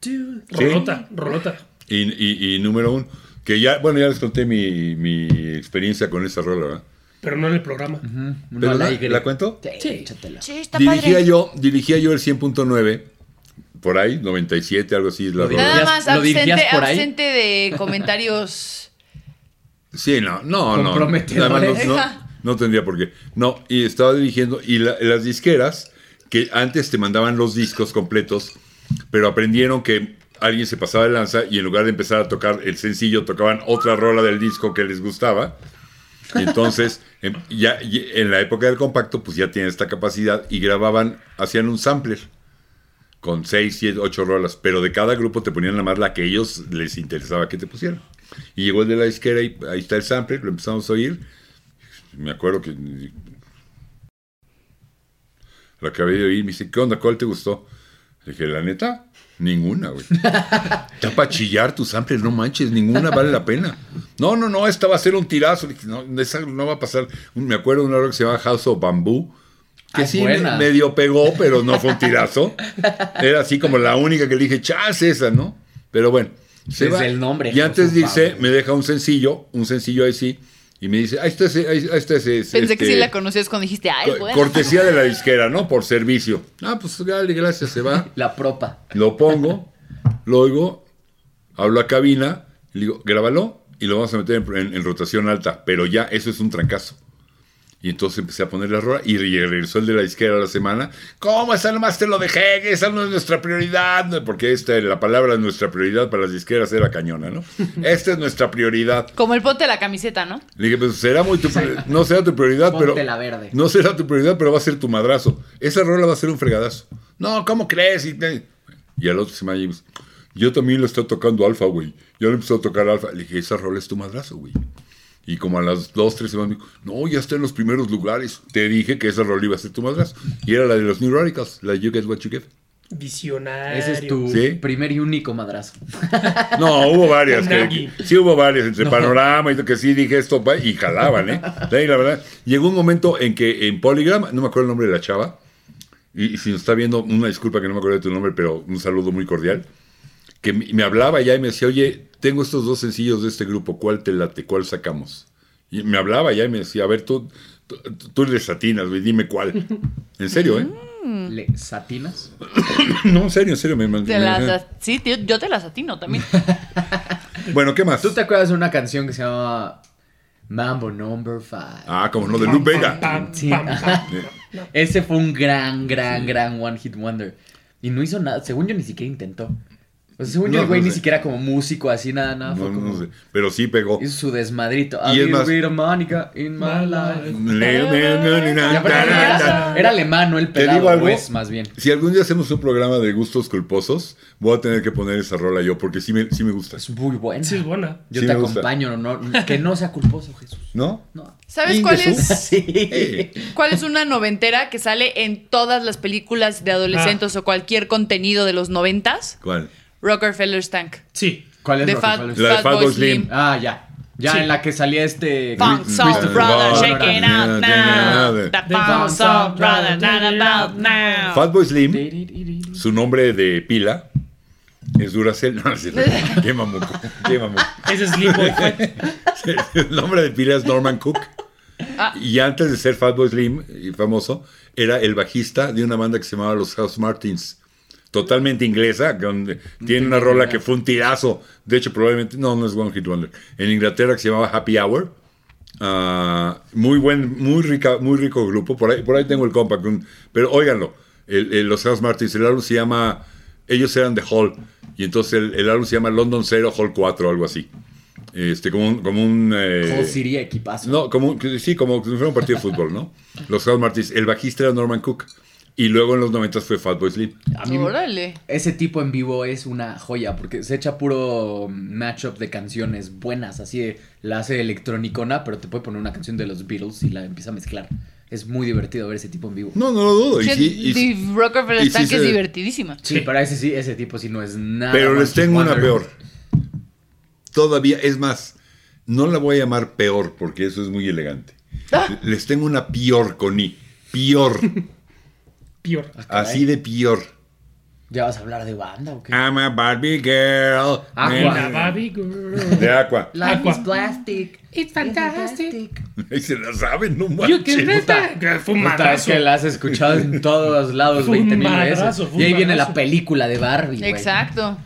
two,
Rolota, rolota.
Y, y- y número uno, que ya, bueno, ya les conté mi, mi experiencia con esa rola, ¿verdad?
Pero no en el programa.
uno
Pero
a
¿La,
la Y.
¿la cuento?
Sí, échatela.
Sí, está
dirigía
padre.
yo, dirigía yo el 100.9, por ahí, 97, algo así. La
Lo
rola.
Nada
¿Lo
más
dirías
absente,
por ahí?
absente de comentarios.
Sí, no, no, no.
Comprometedores.
Además, no, no,
Ajá.
no tendría por qué. No, y estaba dirigiendo, y la- las disqueras, que antes te mandaban los discos completos, pero aprendieron que alguien se pasaba de lanza y en lugar de empezar a tocar el sencillo, tocaban otra rola del disco que les gustaba. Y entonces, em, ya y en la época del compacto, pues ya tienen esta capacidad y grababan, hacían un sampler con 6, 7, 8 rolas, pero de cada grupo te ponían la más la que ellos les interesaba que te pusieran. Y llegó el de la disquera y ahí está el sampler, lo empezamos a oír. Me acuerdo que lo acabé de oír, me dice, ¿qué onda? ¿Cuál te gustó? Le dije, la neta, ninguna, güey. Está para chillar tu sampler, no manches, ninguna vale la pena. No, no, no, esta va a ser un tirazo. Le dije, no, esa no va a pasar. Me acuerdo de una rola que se llama House of Bamboo, que
Ah,
sí me-
buena.
medio pegó, pero no fue un tirazo. Era así como la única que le dije, chas, esa, ¿no? Pero bueno.
Desde el nombre,
Y antes
House of
dice,
Bamboo.
me deja un sencillo, un sencillo ahí sí, y me dice, ahí está ese, ahí, ahí está ese.
Pensé que sí
este,
la conocías cuando dijiste, ay,
Co-
bueno.
Cortesía de la disquera, ¿no? Por servicio. Ah, pues dale, gracias, se va.
La propa.
Lo pongo, lo oigo, hablo a cabina, le digo, grábalo y lo vamos a meter en, en- en rotación alta. Pero ya, eso es un trancazo. Y entonces empecé a poner la rola y re- regresó el de la disquera a la semana. ¿Cómo esa nomás te lo dejé? Esa no es nuestra prioridad. Porque esta, la palabra nuestra prioridad para las disqueras era cañona, ¿no? Esta es nuestra prioridad.
Como el ponte de la camiseta, ¿no?
Le dije, pues será muy tu, pri- no será tu prioridad,
Ponte
pero
la verde.
no será tu prioridad, pero va a ser tu madrazo. Esa rola va a ser un fregadazo. No, ¿cómo crees? Y, te- y al otro se me dice, yo también lo estoy tocando alfa, güey. Yo le empecé a tocar alfa. Le dije, esa rola es tu madrazo, güey. Y como a las dos, tres semanas me dijo, no, ya está en los primeros lugares. Te dije que esa rola iba a ser tu madrazo. Y era la de los New Radicals, la de You Get What You Get.
Visionario.
Ese es tu
Sí.
primer y único madrazo.
No, hubo varias. que-
Nagi.
sí, hubo varias entre panorama y lo que sí dije esto va, y jalaban, ¿eh? Sí, La verdad, llegó un momento en que en Polygram, no me acuerdo el nombre de la chava, y, y si nos está viendo, una disculpa que no me acuerdo de tu nombre, pero un saludo muy cordial, que me me hablaba ya y me decía, oye, tengo estos dos sencillos de este grupo, ¿cuál te late? ¿Cuál sacamos? Y me hablaba ya y me decía, a ver, tú, tú, tú les atinas, güey, dime cuál. En serio, ¿eh?
Mm.
¿Le satinas?
No, en serio, en serio. Me, me-
Te
me-
las- sí, tío, yo te las atino también.
Bueno, ¿qué más?
¿Tú te acuerdas de una canción que se llama Mambo Number Five?
Ah, como no, de Luke Vega.
Pam,
Sí.
pam, pam.
Eh,
Ese fue un gran, gran, gran One Hit Wonder. Y no hizo nada. Según yo, ni siquiera intentó. O sea, según yo,
No,
el güey
no
ni
sé.
siquiera como músico, así, nada, nada. Ah, fue
No, no
como-
sé. Pero sí pegó.
Hizo su desmadrito.
Y
A
es
little
más-
bit of Monica in my life. Y aparte
Ah.
Era, era alemán, no el
¿Te digo
pelado,
algo?
pues, más bien.
Si algún día hacemos un programa de gustos culposos, voy a tener que poner esa rola yo, porque sí me, sí me gusta.
Es muy bueno.
Sí, es buena.
Yo
Sí
te
me gusta.
acompaño, no, no- que no sea culposo, Jesús.
¿No?
No.
¿Sabes
Inge
cuál
su-
es?
Sí.
Eh.
¿Cuál es una noventera que sale en todas las películas de adolescentes o cualquier contenido de los noventas?
¿Cuál?
Rockefeller's Tank.
Sí.
¿Cuál es
De
lo que
Fat,
fue el-
La de
Fat
Fatboy
Boy Slim.
Slim.
Ah, ya. Ya
Sí.
en la que salía este.
Funk Soul
Christopher
Brother,
Nolan.
shake it out now. The Funk Soul Brother, not about now.
Fatboy Slim, su nombre de pila es Duracell. No, no es cierto. Qué mamuco, qué mamuco.
Ese es Sleep Boy Fat.
El nombre de pila es Norman Cook.
Ah.
Y antes de ser Fatboy Slim, y famoso, era el bajista de una banda que se llamaba Los House Martins. Totalmente inglesa, con- tiene una rola que fue un tirazo. De hecho, probablemente, no, no es One Hit Wonder. En Inglaterra que se llamaba Happy Hour. Ah, muy buen, muy rica, muy rico grupo. Por ahí, por ahí tengo el compact. un- pero óiganlo, el- el- los House Martins, el álbum se llama. Ellos eran de Hall. Y entonces el, el álbum se llama London 0, Hall 4, algo así. Este, como un. Como un eh,
Whole City equipazo.
no, como, un- sí, como si fuera un partido de fútbol, ¿no? Los House Martins. El bajista era Norman Cook. Y luego en los 90 fue Fatboy Slim.
A mí-
Órale.
Ese tipo en vivo es una joya porque se echa puro matchup de canciones buenas, así de- la hace electronicona, pero te puede poner una canción de los Beatles y la empieza a mezclar. Es muy divertido ver ese tipo en vivo.
No, no lo dudo. Y
Sí,
sí, y sí.
The Rockefeller
y sí
Tank
se-
es divertidísima.
Sí, para ese sí, ese tipo sí no es nada.
Pero les
One-Hit
tengo una
Wonder.
peor. Todavía, es más, no la voy a llamar peor porque eso es muy elegante.
Ah.
Les tengo una peor con I. Peor.
Pior.
caray.
Así de peor.
¿Ya vas a hablar de banda o qué?
I'm a Barbie girl.
Aqua.
La Barbie Girl.
De agua.
Aqua.
plastic.
It's fantastic.
Y se la saben, no
You
manches.
can rent that. Fue un
Puta, es
madrazo.
que la has escuchado en todos lados
Fue un
20 mil veces.
madrazo, fue un
Y ahí viene
madrazo.
la película de Barbie. güey.
Exacto.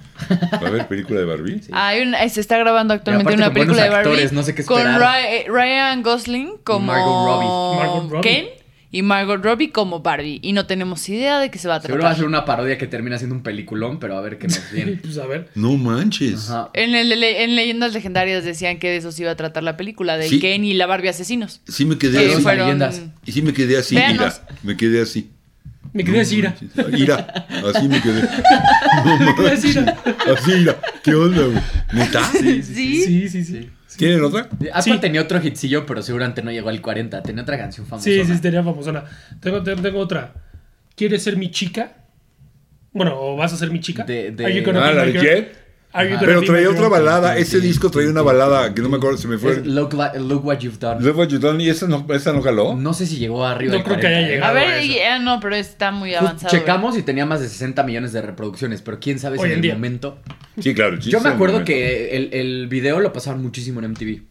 ¿Va a ver película de Barbie?
Hay una- se está grabando actualmente
aparte
una
con
película de
buenos
Barbie
actores, no sé qué
con
esperar.
Ry- eh, Ryan Gosling como
Margot Robbie.
Margot Robbie.
Ken y Margot Robbie como Barbie y no tenemos idea de qué se va a
Seguro va a
tratar.
ser una parodia que termina siendo un peliculón, pero a ver qué nos viene.
Pues a ver.
No manches.
Ajá.
En, el- en leyendas legendarias decían que de eso se iba a tratar la película del
Sí.
Ken y la Barbie asesinos.
Sí me
Que
quedé
sí,
así.
fue- leyendas.
Y sí me quedé así,
Véanos.
ira. Me quedé así.
Me quedé así, ira.
Ira. Así me quedé.
Me ¿eh? quedé así, ira.
Así, ira. ¿Qué onda, güey? ¿Neta?
Sí.
Sí, sí, sí.
¿Tienen otra?
Aqua
Sí.
tenía otro hitsillo, pero seguramente no llegó al 40. Tenía otra canción famosa.
Sí, sí, tenía famosona. Tengo, tengo, tengo otra. ¿Quieres ser mi chica? Bueno, ¿o vas a ser mi chica?
De- de-
Are you gonna
Ah,
be
la
my
de
girl?
Jet. Ah.
Are you gonna
Pero
be
traía
my
otra
girl?
balada. Ese disco traía una balada que no me acuerdo, se me fue.
Es look, Li- Look What You've Done.
Luego Yudon, y esa no, esa no jaló.
No sé si llegó arriba
No
del
creo que haya
40, ¿eh?
llegado.
A ver,
eso.
y- eh, no, pero está muy
Pues
avanzado. ¿eh?
checamos y tenía más de 60 millones de reproducciones, pero quién sabe si
Hoy
en
en
el
día.
momento.
Sí, claro. sí,
Yo me
sí,
acuerdo
no,
que el, el video lo pasaban muchísimo en MTV.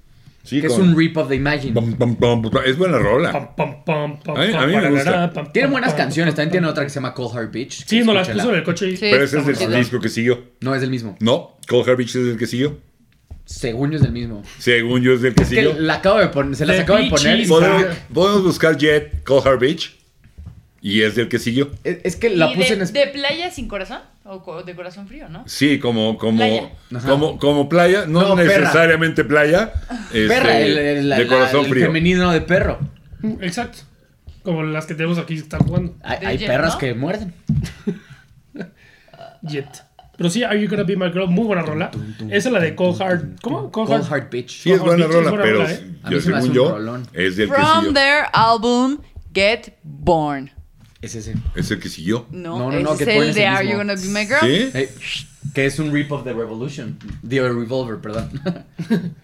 Sí,
que es
como-
un rip of the Imagine.
Pam, pam, pam, pam, pam. Es buena rola.
Pam, pam, pam, pam,
A mí- a mí me
pam,
gusta.
parará, pam,
Tiene
pam,
buenas
pam,
canciones.
pam,
También
pam,
tiene otra que se llama Cold Heart Beach.
Sí, no las
Escúchala.
puso en el coche. y-
Sí.
Pero ese es
está
el
muy
disco que siguió.
No, es del mismo.
No, Cold Heart Beach es el que siguió. Según
Según yo es del mismo.
Según yo es el que
Es que
siguió.
la acabo de poner, se las
The
acabo de poner. y-
Beaches.
Podemos, podemos buscar Jet, Cold Heart Beach. Y es del que siguió.
Es, es que
¿Y
la puse
de,
en... es-
de playa sin corazón o co- de corazón frío, ¿no?
Sí, como, como,
Playa.
Ajá.
como, como playa, no,
No, perra.
necesariamente playa. este,
Perra, el, el- la-
de corazón
el
frío.
femenino de perro.
Mm, Exacto. Como las que tenemos aquí que están jugando.
Hay,
De
hay
Jet,
perras
¿no?
que muerden.
Jet. Pero sí, Are You Gonna Be My Girl, muy buena rola. Esa es la de Cold Heart. ¿Cómo? Cold,
Cold
Heart.
Heart Beach.
Sí, es
Cold
buena
Heart Beach es
rola,
buena
pero
rola, ¿eh?
yo,
A mí se me hace
según
un
yo,
rolón.
es del que
From
siguió.
their album Get Born.
Es ese.
Es el que siguió.
No,
No, no,
ese
no, Get
es
Born
el
es
de
el
Are You
mismo.
Gonna Be My Girl.
¿Sí?
Eh, que es un rip of the Revolution. The Revolver, perdón.
Ah.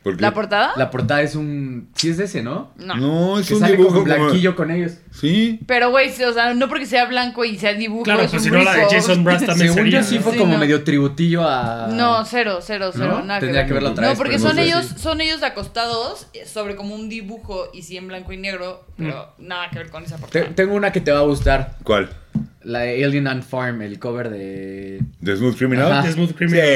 Porque-
¿La portada?
la portada es un... Sí es de ese, ¿no?
No.
No, es
Que
un
sale
dibujo
como
como-
blanquillo con ellos.
Sí.
Pero, güey, o sea, no porque sea blanco y sea dibujo.
Claro,
es
pues
un
si no la de
rizo.
Jason Brass también
Según
sería.
yo sí
¿no?
fue
Sí,
como
no.
medio tributillo a...
No, cero, cero, cero.
¿No?
nada
Tendría que verlo otra vez,
No, porque
pero
son
no sé
ellos,
si-
son ellos acostados sobre como un dibujo y sí en blanco y negro, pero
Mm.
nada que ver con esa
Te-
portada.
tengo una que te va a gustar.
¿Cuál?
La de Alien and Farm, el cover de...
¿De Smooth Criminal?
Ajá.
The Smooth
Sí,
Criminal.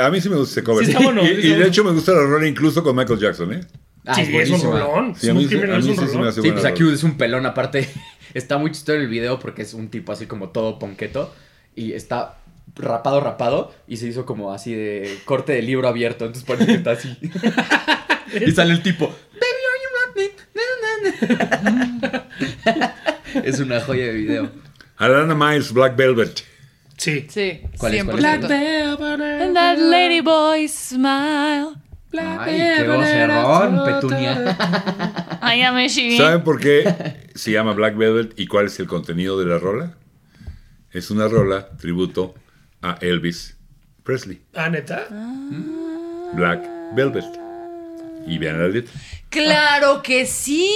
a, a mí sí me gusta ese cover.
Sí, está bueno,
y,
sí está
y de
bueno.
hecho me gusta la rola incluso con Michael Jackson, ¿eh?
Ah,
Sí, es un
buenísima.
rolón.
Sí, a mí
Smooth
sí-
Criminal
a
es
mí
un
sí se me
rolón.
hace
Sí,
buena
pues
rola.
aquí es un pelón, aparte está muy chistoso el video porque es un tipo así como todo ponqueto y está rapado, rapado, y se hizo como así de corte de libro abierto, entonces parece que está así. y sale el tipo, Baby, are you rock me? Na, na, na". es una joya de video.
Alana Miles, Black Velvet.
Sí.
Sí,
¿Cuál es,
100%.
cuál es, cuál
And that lady boy smile.
Ay, qué vocerrón, Petunia.
I am a she.
¿Saben por qué se llama Black Velvet y cuál es el contenido de la rola? Es una rola tributo a Elvis Presley.
Ah, neta.
Black Velvet. Y vean la letra.
Claro que
Esa
sí.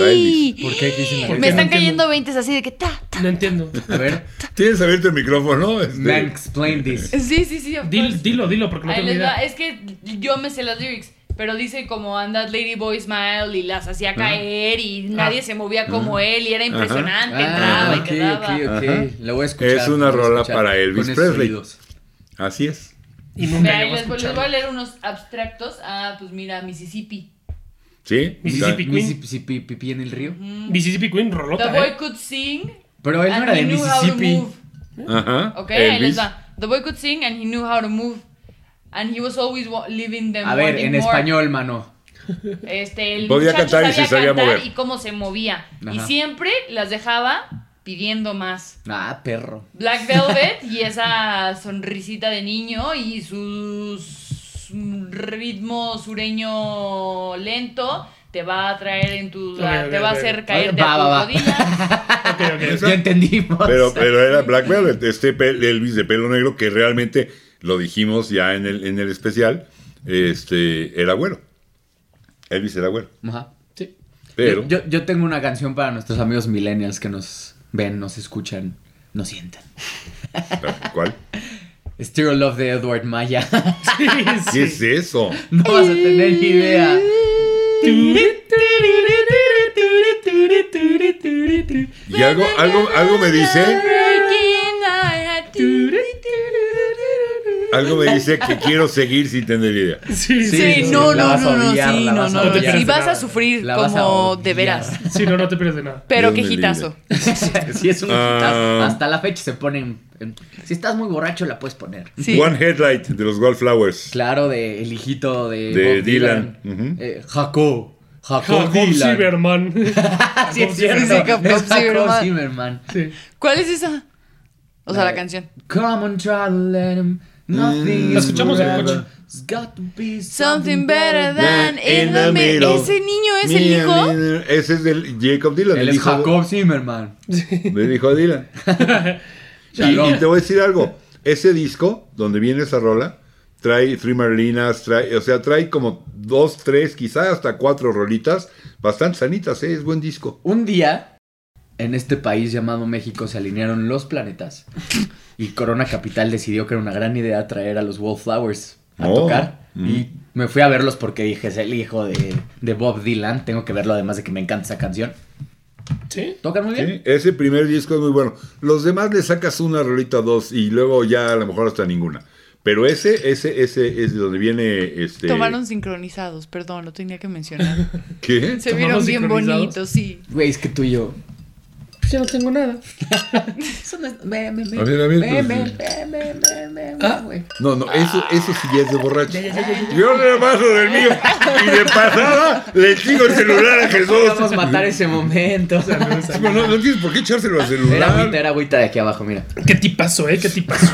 Elvis.
¿Por qué? ¿Qué dicen la
¿Por
Me
qué?
letra?
están
No entiendo.
cayendo veintes así de que ta, ta.
No entiendo.
A ver,
Tienes abierto el micrófono. Este,
man, explain this.
Sí, sí, sí. of
Dil-
course.
dilo, dilo, porque no
Ahí
tengo
les va.
idea.
Es que yo me sé las lyrics, pero dice como and that lady boy smile y las
Ah.
hacía caer y nadie se movía como él y era impresionante, entraba
Ah,
y
ok,
quedaba.
ok, ok.
Ajá.
Lo voy a escuchar.
Es una
lo voy a
rola
escuchar
para Elvis
con esos
Presley.
oídos.
Así es.
Y
Ve,
nunca
ahí
llego a
les, voy- les voy a
escucharlo.
leer unos abstractos. Ah, pues mira, Mississippi.
¿Sí?
Mississippi.
Mississippi Mississippi, pipí en el río.
Mississippi Queen,
The
rolota,
boy
¿eh?
could sing.
Pero él no
and
era de
he knew how to
Mississippi.
move.
Ajá.
Ok, ahí les
Elvis.
va. The boy could sing and he knew how to move. And he was always wa- leaving them
A ver,
wanting
en
more.
español, mano.
Este, el
Podía
muchacho
cantar y se sabía
cantar
mover.
y cómo se movía. Y
Ajá.
siempre las dejaba pidiendo más.
Ah, perro.
Black Velvet y esa sonrisita de niño y su s- ritmo sureño lento te va a traer en tu...
Ok, ok,
te va a
ok.
hacer caer de
Va, va, va.
a tus rodillas.
Ok, ok.
Ya entendimos.
Pero, pero era Black Velvet, este pe- Elvis de pelo negro que realmente lo dijimos ya en el, en el especial, este era güero. Elvis era güero.
Ajá, sí.
Pero
Yo, yo- yo tengo una canción para nuestros amigos millennials que nos ven, nos escuchan, nos sienten.
¿cuál?
Stereo Love de Edward Maya.
Sí,
¿Qué
sí.
es eso?
no vas a tener idea.
Y algo, algo, algo me dice,
Breaking I had to-
algo me dice que quiero seguir sin tener idea.
Sí,
Sí,
Sí,
sí.
no,
la
no,
vas a
no, no,
odiar,
sí,
la
no,
vas a
no, no.
odiar.
Y vas a sufrir
La vas a
como de
odiar.
veras.
Sí, no, no te pierdes de nada.
Pero
Dios me
quejitazo.
Sí, es un hitazo.
Ah.
Hasta la fecha se ponen. Si estás muy borracho, la puedes poner.
Sí.
One Headlight de los Wallflowers.
Claro, de el hijito de,
De
Bob
Dylan.
Dylan.
Ujú.
Eh, Jacob. Jacob,
Jacob
Dylan.
Zimmerman.
Sí, es cierto.
Sí, sí, Jacob
Es
Zimmerman.
Jacob Zimmerman.
Sí.
¿Cuál es esa? O sea,
La-
la canción.
Come on, try to let him.
Mm.
Nothing
La
is
escuchamos en el
forever.
coche.
It's got to be
Something better than in the middle. ¿Ese niño es el
Mira,
hijo?
mira, Ese es del Jacob Dylan,
Él
el
es
hijo,
Jacob Zimmerman.
del hijo de Dylan. Y,
Shalom.
y te voy a decir algo. Ese disco, donde viene esa rola, trae Three Marlinas, trae, o sea, trae como dos, tres, quizás hasta cuatro rolitas, bastante sanitas, ¿eh? es buen disco.
Un día, en este país llamado México, se alinearon los planetas. Y Corona Capital decidió que era una gran idea traer a los Wallflowers a
Oh,
tocar.
mm.
Y me fui a verlos porque dije, es el hijo de, de Bob Dylan. Tengo que verlo, además de que me encanta esa canción.
Sí.
Tocan muy bien.
¿sí? Ese primer disco es muy bueno. Los demás le sacas una rolita, dos, y luego ya a lo mejor hasta ninguna. Pero ese, ese, ese es de donde viene este.
Tomaron sincronizados, perdón, lo tenía que mencionar.
¿Qué?
Se vieron
¿Tomaron
bien
sincronizados?
bonitos, sí.
Güey, es que tú y yo.
Yo no tengo nada.
Eso no es- ve, ve, ve.
A ver, a ver,
Ve,
pues,
ve,
sí.
ve, ve, ve, ve, güey.
No, no, eso, eso sí ya es de borracho. Yo le paso del mío y de pasada le sigo el celular a Jesús.
Vamos a matar ese momento.
No, no, no tienes por qué echárselo al
Era
celular.
agüita, era agüita de aquí abajo, mira.
Qué tipazo, ¿eh? Qué tipazo.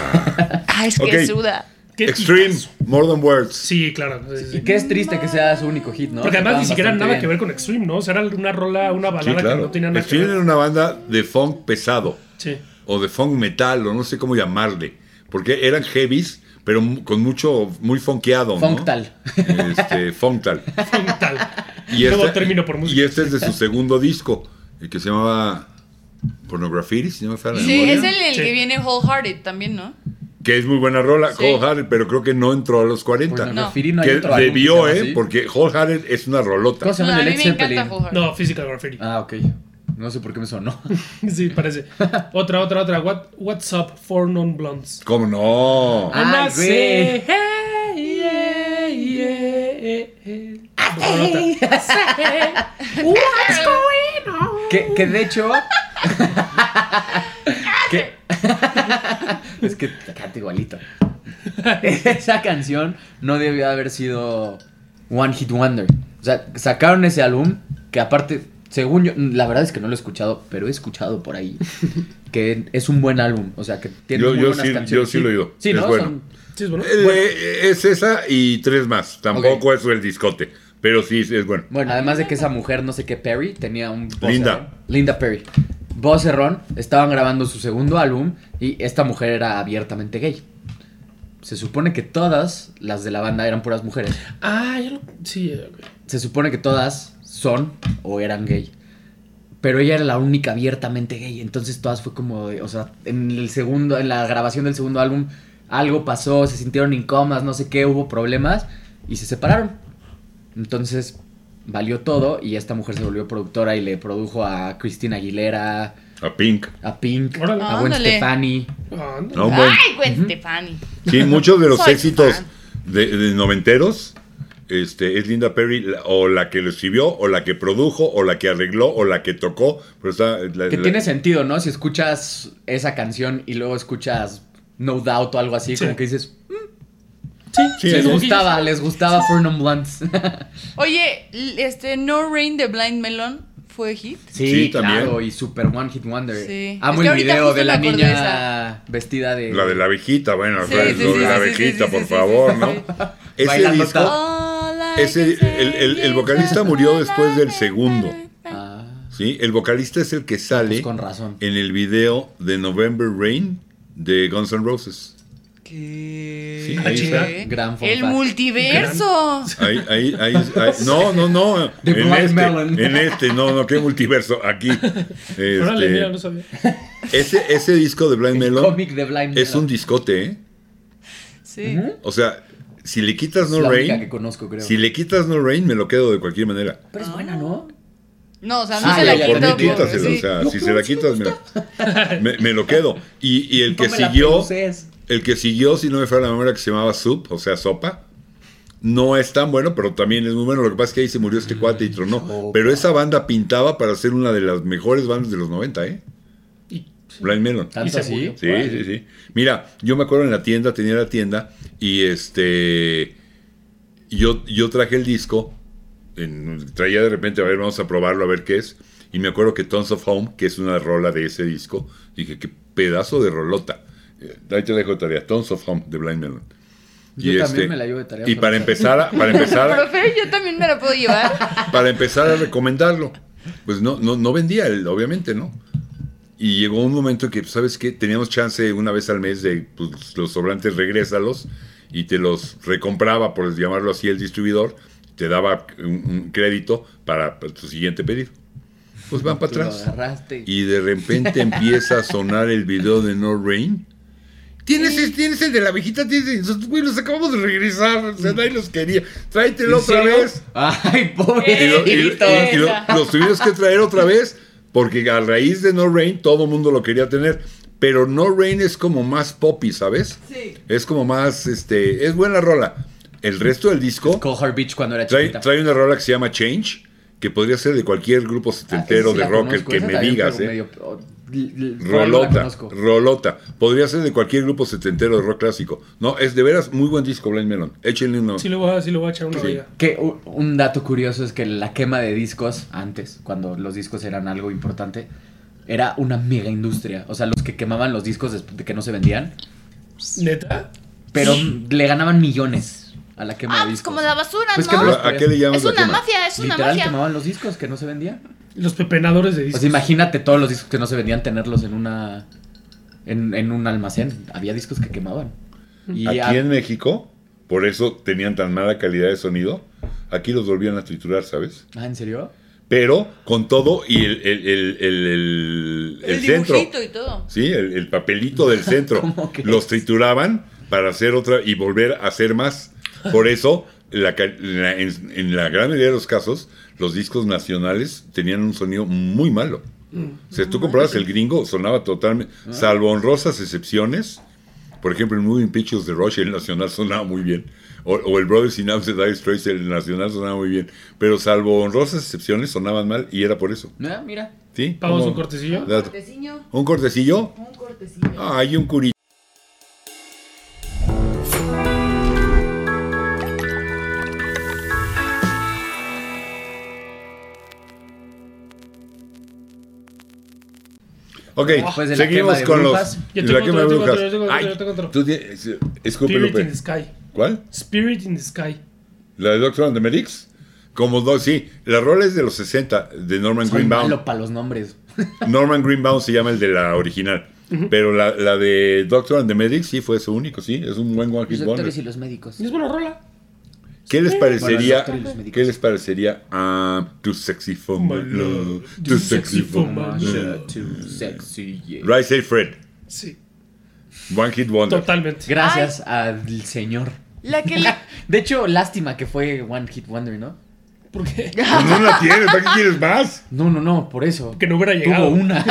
Ah, es que
Ok.
suda.
Qué
Extreme,
tipazo.
More Than Words.
Sí, claro. sí, sí.
Y que es triste que sea su único hit, ¿no?
Porque además ni siquiera nada que ver
con.
con Extreme, ¿no? O sea, era una rola, una balada que no tenía nada
Extreme
que
era
ver.
una banda de funk pesado
Sí.
o de funk metal o no sé cómo llamarle, porque eran heavies, pero mu- con mucho muy funkeado, ¿no?
Funktal.
Este, funktal.
Tal. Nuevo término por música.
y este es de su segundo disco, el que se llamaba Pornography, si no me falla la
Sí,
memoria,
es el, el
Sí.
que viene Wholehearted también, ¿no?
que es muy buena rola,
Sí.
Wholehearted, pero creo que no entró a los 40.
No.
Pornografía, no hay
que
otro álbum que
debió,
se llame
eh,
así.
porque Wholehearted es una rolota.
¿Cómo se
No,
llama
a
el
mí
Led
me encanta
Zeppelin?
Wholehearted.
No, Physical Graffiti.
Ah, ok. No sé por qué me sonó.
Sí, parece. Otra, otra, otra. What, what's up for non-blondes?
¿Cómo no?
Ah,
Ana
güey.
C. Hey, yeah, yeah, yeah.
Ah,
Rolota.
que, que de hecho. que, Es que te canta igualito. Esa canción no debió haber sido One Hit Wonder. O sea, sacaron ese álbum que aparte, según yo, la verdad es que no lo he escuchado, pero he escuchado por ahí que es un buen álbum. O sea, que tiene
Yo-
muy
yo
buenas
sí- yo
canciones.
sí lo he oído.
Sí,
Es
¿no?
bueno.
Son-
Sí, es bueno.
Eh, es esa y tres más. Tampoco es el discote. Pero sí, sí es bueno.
Bueno, además de que esa mujer, no sé qué, Perry, tenía un... vocerrón.
Linda.
Linda Perry. Vocerrón, estaban grabando su segundo álbum y esta mujer era abiertamente gay. Se supone que todas las de la banda eran puras mujeres.
Ah, ya lo. Sí, eh, ok.
Se supone que todas son o eran gay. Pero ella era la única abiertamente gay. Entonces todas fue como, de- o sea, en el segundo, en la grabación del segundo álbum, algo pasó, se sintieron incómodas, no sé qué, hubo problemas y se separaron. Entonces valió todo y esta mujer se volvió productora y le produjo a Cristina Aguilera,
A Pink.
a Pink,
Órale.
a Gwen
Ándale.
Stefani.
Ah, anda.
No, bueno.
Ay, Gwen Stefani.
Sí, muchos de los
Soy
éxitos
fan.
de, de noventeros este, es Linda Perry, la- o la que lo escribió, o la que produjo, o la que arregló, o la que tocó. Pero está, la-
Que
la-
tiene sentido, ¿no? Si escuchas esa canción y luego escuchas No Doubt o algo así,
Sí.
como que dices,
sí,
sí,
es-
les
como que
gustaba, les gustaba Fernum Blunts.
Oye, l- este No Rain de Blind Melon fue hit.
sí,
Sí, también.
claro, y Super One Hit Wonder.
Sí.
Amo
Es que
el
ahorita
video
justo
de la
me acordé
niña
de esa.
vestida de...
la de la abejita, bueno,
Sí,
o sea, es
sí,
lo
sí,
de la
sí, sí,
abejita,
sí,
por
sí, sí,
favor,
sí,
¿no?
sí.
Ese
Bailando
disco,
tap.
All I
Ese-
can say
el- el- el
is
vocalista
that
murió
I
después del
love
segundo.
you.
Ah,
¿sí? El vocalista es el que sale
pues con razón.
en el video de November Rain de Guns N' Roses.
¿Qué?
Sí, ahí está.
Gran fun
El
fact.
multiverso.
Ahí, ahí, ahí, ahí- no, no, no.
The
en,
Blind
este,
Melon.
en este, no, no, qué multiverso. Aquí. Este,
Órale, mira, no sabía.
ese, ese disco de Blind
El
Melon
cómic de Blind
es
Melon.
un discote, ¿eh?
Sí.
O sea, si le quitas
Es
No
la única que
Rain,
conozco, creo.
si le quitas No Rain, me lo quedo de cualquier manera.
Pero es buena, ¿no?
No, o sea,
Sí,
no
Ah,
se la
ya, ya,
por
quitó.
mí
entendí.
por-
quítaselo,
sí.
o sea,
No,
si
pero
se la
sí me
quitas, me lo, me, me lo quedo. Y, y el que siguió, el que siguió, si no me falla la memoria, que se llamaba Soup, o sea, sopa. No es tan bueno, pero también es muy bueno. Lo que pasa es que ahí se murió este cuate y tronó.
Mm, Sopa.
Pero esa banda pintaba para ser una de las mejores bandas de los 90, ¿eh?
Y-
Blind Melon.
¿Tanto
Y se
así?
murió.
Sí, sí, sí. Mira, yo me acuerdo en la tienda, tenía la tienda y este yo, yo traje el disco, en- traía de repente, a ver, vamos a probarlo, a ver qué es. Y me acuerdo que Tons of Home, que es una rola de ese disco, dije, qué pedazo de rolota. Eh, Ahí te dejo de tarea, Tons of Home de Blind Melon. este,
Yo también me la llevo de tarea,
Y para
profe.
empezar, a- para empezar, a-
Profe, yo también me la puedo llevar. Ah,
para empezar a recomendarlo. Pues no, no, no vendía, él, obviamente, ¿no? Y llegó un momento en que, ¿sabes qué? Teníamos chance una vez al mes de pues, los sobrantes, regrésalos y te los recompraba, por llamarlo así, el distribuidor, te daba un, un crédito para, para tu siguiente pedido. Pues van para
Tú lo
atrás.
agarraste.
Y de repente empieza a sonar el video de No Rain. Tienes, el- tienes el de la viejita, tienes el- nosotros, güey, los acabamos de regresar, o sea, nadie los quería. Tráetelo
¿En
otra
serio?
vez
Ay,
y, lo- y-
pobrecito.
y- y lo- los tuvimos que traer otra vez porque a raíz de No Rain todo el mundo lo quería tener. Pero No Rain es como más poppy, ¿sabes?
Sí.
Es como más, este, es buena rola. El resto del disco
Cohort Beach cuando era
trae,
chiquita.
trae una rola que se llama Change, que podría ser de cualquier grupo setentero
Ah, esa sí
de
la
rock, el
conozco,
que
esa
me
también,
digas,
pero
¿eh?
medio- oh, l- l- no la
Rolota,
conozco.
Rolota. Podría ser de cualquier grupo setentero de rock clásico. No, es de veras muy buen disco, Blind Melon. Échenle una.
Sí, le voy a, sí le voy a echar una
Sí.
vida.
Que u- un dato curioso es que la quema de discos antes, cuando los discos eran algo importante, era una mega industria. O sea, los que quemaban los discos después de que no se vendían,
¿Neta?
pero le ganaban millones a la quema
Ah,
de
pues
discos.
como la basura,
Pues que
¿no?
Pero, ¿A qué le llamas
Es
la
una
quema?
mafia, es una
Literal
mafia.
quemaban los discos que no se vendían.
Los pepenadores de
O
discos.
sea, imagínate todos los discos que no se vendían tenerlos en una en, en un almacén. Había discos que quemaban. Y
Aquí
a-
en México, por eso tenían tan mala calidad de sonido, aquí los volvían a triturar, ¿sabes?
Ah, ¿en serio?
Pero con todo y el, el, el, el, el- el
El
centro.
dibujito y todo.
Sí, el, el papelito del centro.
¿Cómo crees?
los trituraban para hacer otra y volver a hacer más. Por eso, la ca- la- en, en la gran mayoría de los casos, los discos nacionales tenían un sonido muy malo. O sea, tú comprabas el gringo, sonaba totalmente, salvo honrosas excepciones. Por ejemplo, el Moving Pictures de Rush, el nacional sonaba muy bien. O, o el Brothers in Arms de Dire Straits, el nacional sonaba muy bien. Pero salvo honrosas excepciones, sonaban mal y era por eso.
Ah, mira.
¿Sí?
Vamos
¿Cómo?
un cortecillo.
Dato. ¿Un cortecillo?
Ah.
un cortecillo.
Ay, un curito. Ok,
Pues
Después de la
seguimos
quema de
con los.
brujas.
y la
Yo tengo
quema de
otro, yo tengo
brujas.
otro, yo tengo otro,
Ay,
yo tengo otro.
tú tienes- escupe,
Spirit
Lupe.
in the Sky.
¿Cuál?
Spirit in the Sky.
¿La de Doctor and the Medics? Como dos, sí. La rola es de los 60, de Norman
Soy
Greenbaum.
malo para los nombres.
Norman Greenbaum se llama el de la original. Pero la, la de Doctor and the Medics sí fue su único, sí. Es un buen One
Los
Hit
doctores y
Wonder.
los médicos.
Y Es buena rola.
¿Qué les parecería?
Bueno, los doctores y los médicos.
¿Qué les parecería a Too Sexy for My
My love,
Love?
too
Too
sexy
Sexy for
for
My
my
Love.
Too sexy, yeah.
Rise Hey Fred.
Sí.
One Hit Wonder.
Totalmente.
Gracias al señor.
La que le...
De hecho, lástima que fue One Hit Wonder, ¿no?
¿Por qué?
Pues no la tienes, ¿para qué quieres más?
No, no, no, por eso.
Que no hubiera
Tuvo
llegado.
una.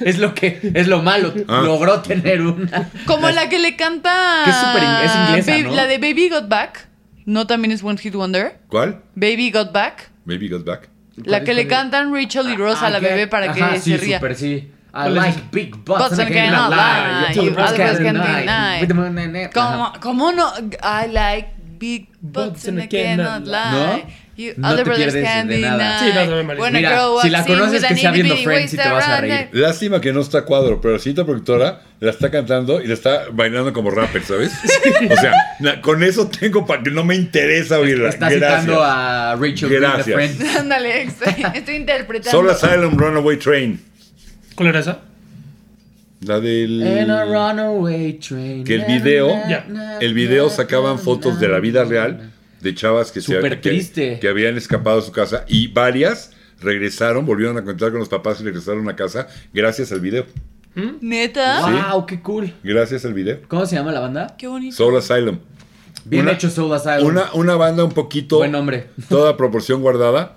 es lo que, es lo malo.
Ah.
Logró tener una.
Como la que le canta...
Que es súper in- es inglesa,
Baby-
¿no?
La de Baby Got Back. No también es One Hit Wonder.
¿Cuál?
Baby Got Back.
Baby Goes Back.
La que le cantan Rachel y Ross a la bebé para que
Ah, Ajá,
se
sí,
ría.
súper, sí. I
¿Cuál es
like
esa?
big
Butts
butts and
and
I
cannot
cannot
lie.
lie.
You others can deny.
With the moon and it.
¿Cómo,
Ajá.
¿Cómo no? I like big butts
Butts and
and
I
I cannot
cannot
lie.
¿No?
You
No
other
te
brothers
pierdes
can
de nada.
deny.
Sí, no, no me parece.
When a
Mira,
girl
si la
walks in
conoces que
with an
sea viendo
itty-bitty
Friends, sí te
waist
vas a
around
reír.
it.
Lástima que no está cuadro, pero la cinta productora la está cantando y la está bailando como rapper, ¿sabes? O sea, na- con eso tengo para que no me interesa oírla.
Está
Gracias.
citando a Rachel Green de
Gracias.
Friends.
Ándale, estoy, estoy interpretando.
Soul Asylum Runaway Train.
¿Cuál era esa?
La del.
In a runaway train.
Que el video.
Ya.
El video sacaban fotos de la vida real de chavas que se
Súper
que-
triste.
que habían escapado de su casa y varias regresaron, volvieron a contar con los papás y regresaron a casa gracias al video.
¿Neta?
Wow, qué cool.
Gracias al video.
¿Cómo se llama la banda?
Qué bonito.
Soul Asylum.
Bien
Una-
hecho Soul Asylum.
Una, una banda un poquito.
Buen nombre.
Toda proporción guardada.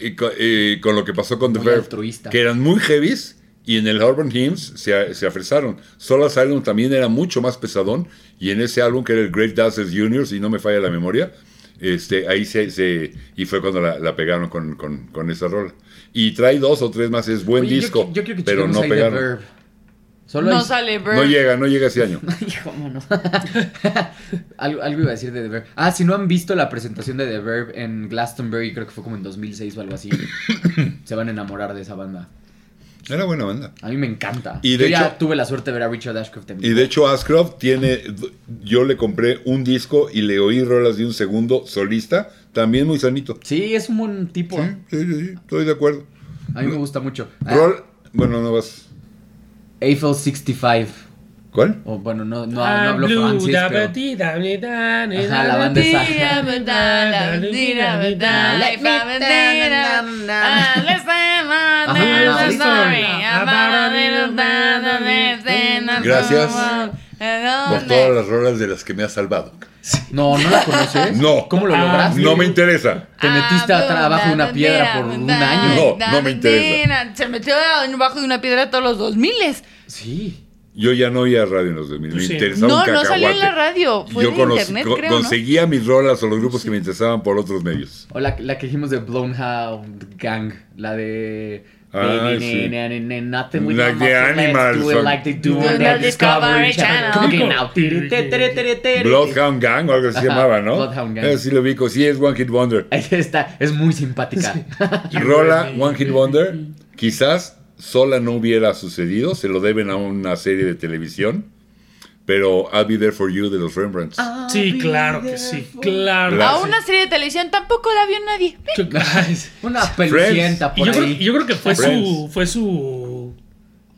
Y co- y con, lo que pasó con The
Muy
Verve.
altruista.
Que eran muy heavies. Y en el Urban Hymns se, se afresaron. Soul Asylum también era mucho más pesadón. Y en ese álbum, que era el Great Dancers Juniors, si no me falla la memoria. Este, ahí se, se- Y fue cuando la, la pegaron con, con- con esa rola. Y trae dos o tres más. Es buen
Oye, yo
disco.
qui- Yo, quiero que
pero
chequemos
no
ahí de
pegaron.
Verve. Solo
No
hay-
sale, bro.
No llega, no llega ese año.
Hijo, mano. algo, algo iba a decir de The Verve. Ah, si no han visto la presentación de The Verve en Glastonbury, creo que fue como en 2006 o algo así. se van a enamorar de esa banda.
Era buena banda.
A mí me encanta.
Y
Yo
de
ya
hecho-
tuve la suerte de ver a Richard Ashcroft en
Y
vivo.
de hecho Ashcroft tiene, yo le compré un disco y le oí rolas de un segundo solista, también muy sanito.
Sí, es un buen tipo.
Sí, sí, sí, sí, estoy de acuerdo.
A mí me gusta mucho. Ah,
Rol, bueno, no vas.
Eiffel 65.
¿Cuál?
O bueno, no, no, no
Ah,
hablo
Blue,
francés,
da,
pero...
ba, di, da, mi, da, ni,
Ajá,
da,
la
da,
banda
di,
esa.
da, ba, da, da, di, da, ba, da.
Let me down, down, down. Ajá, sí.
Gracias Por todas las rolas de las que me has salvado.
No, ¿no la conoces?
No.
¿Cómo lo
Ah,
lograste?
No me interesa.
Te metiste atra- abajo de una piedra por un año.
No, no me interesa.
Se metió abajo de una piedra todos los 2000
Sí.
Yo ya no oía radio en los 2000, me
Sí.
interesaba un
No, no
cacahuate.
salió en la radio. Fue
Yo
de
conocí-
internet,
co-
creo. ¿no?
conseguía mis rolas o los grupos que me interesaban por otros medios.
O la, la que dijimos de Blownhound Gang, la de...
Ah,
Baby,
sí.
na, na, na, nothing we
Like
know,
the
let's
animals
do it
on-
like they do
Do
on
the
the Discovery Channel.
Channel.
Now, tiri, tiri, tiri, tiri, tiri.
Bloodhound Gang o algo así se
Ajá,
llamaba, ¿no?
Bloodhound Gang.
Eso sí lo ubico, sí es One Hit Wonder.
Ahí está, es muy simpática.
Rola One Hit Wonder, quizás sola no hubiera sucedido, se lo deben a una serie de televisión, pero I'll Be There For You de los Rembrandts.
Sí, claro que sí. Claro.
Claro.
A una serie de televisión tampoco la vio nadie.
Yo- Ay, sí.
Una pelucienta
Y
por
yo, creo,
ahí.
yo creo que fue su.
Friends.
Fue su.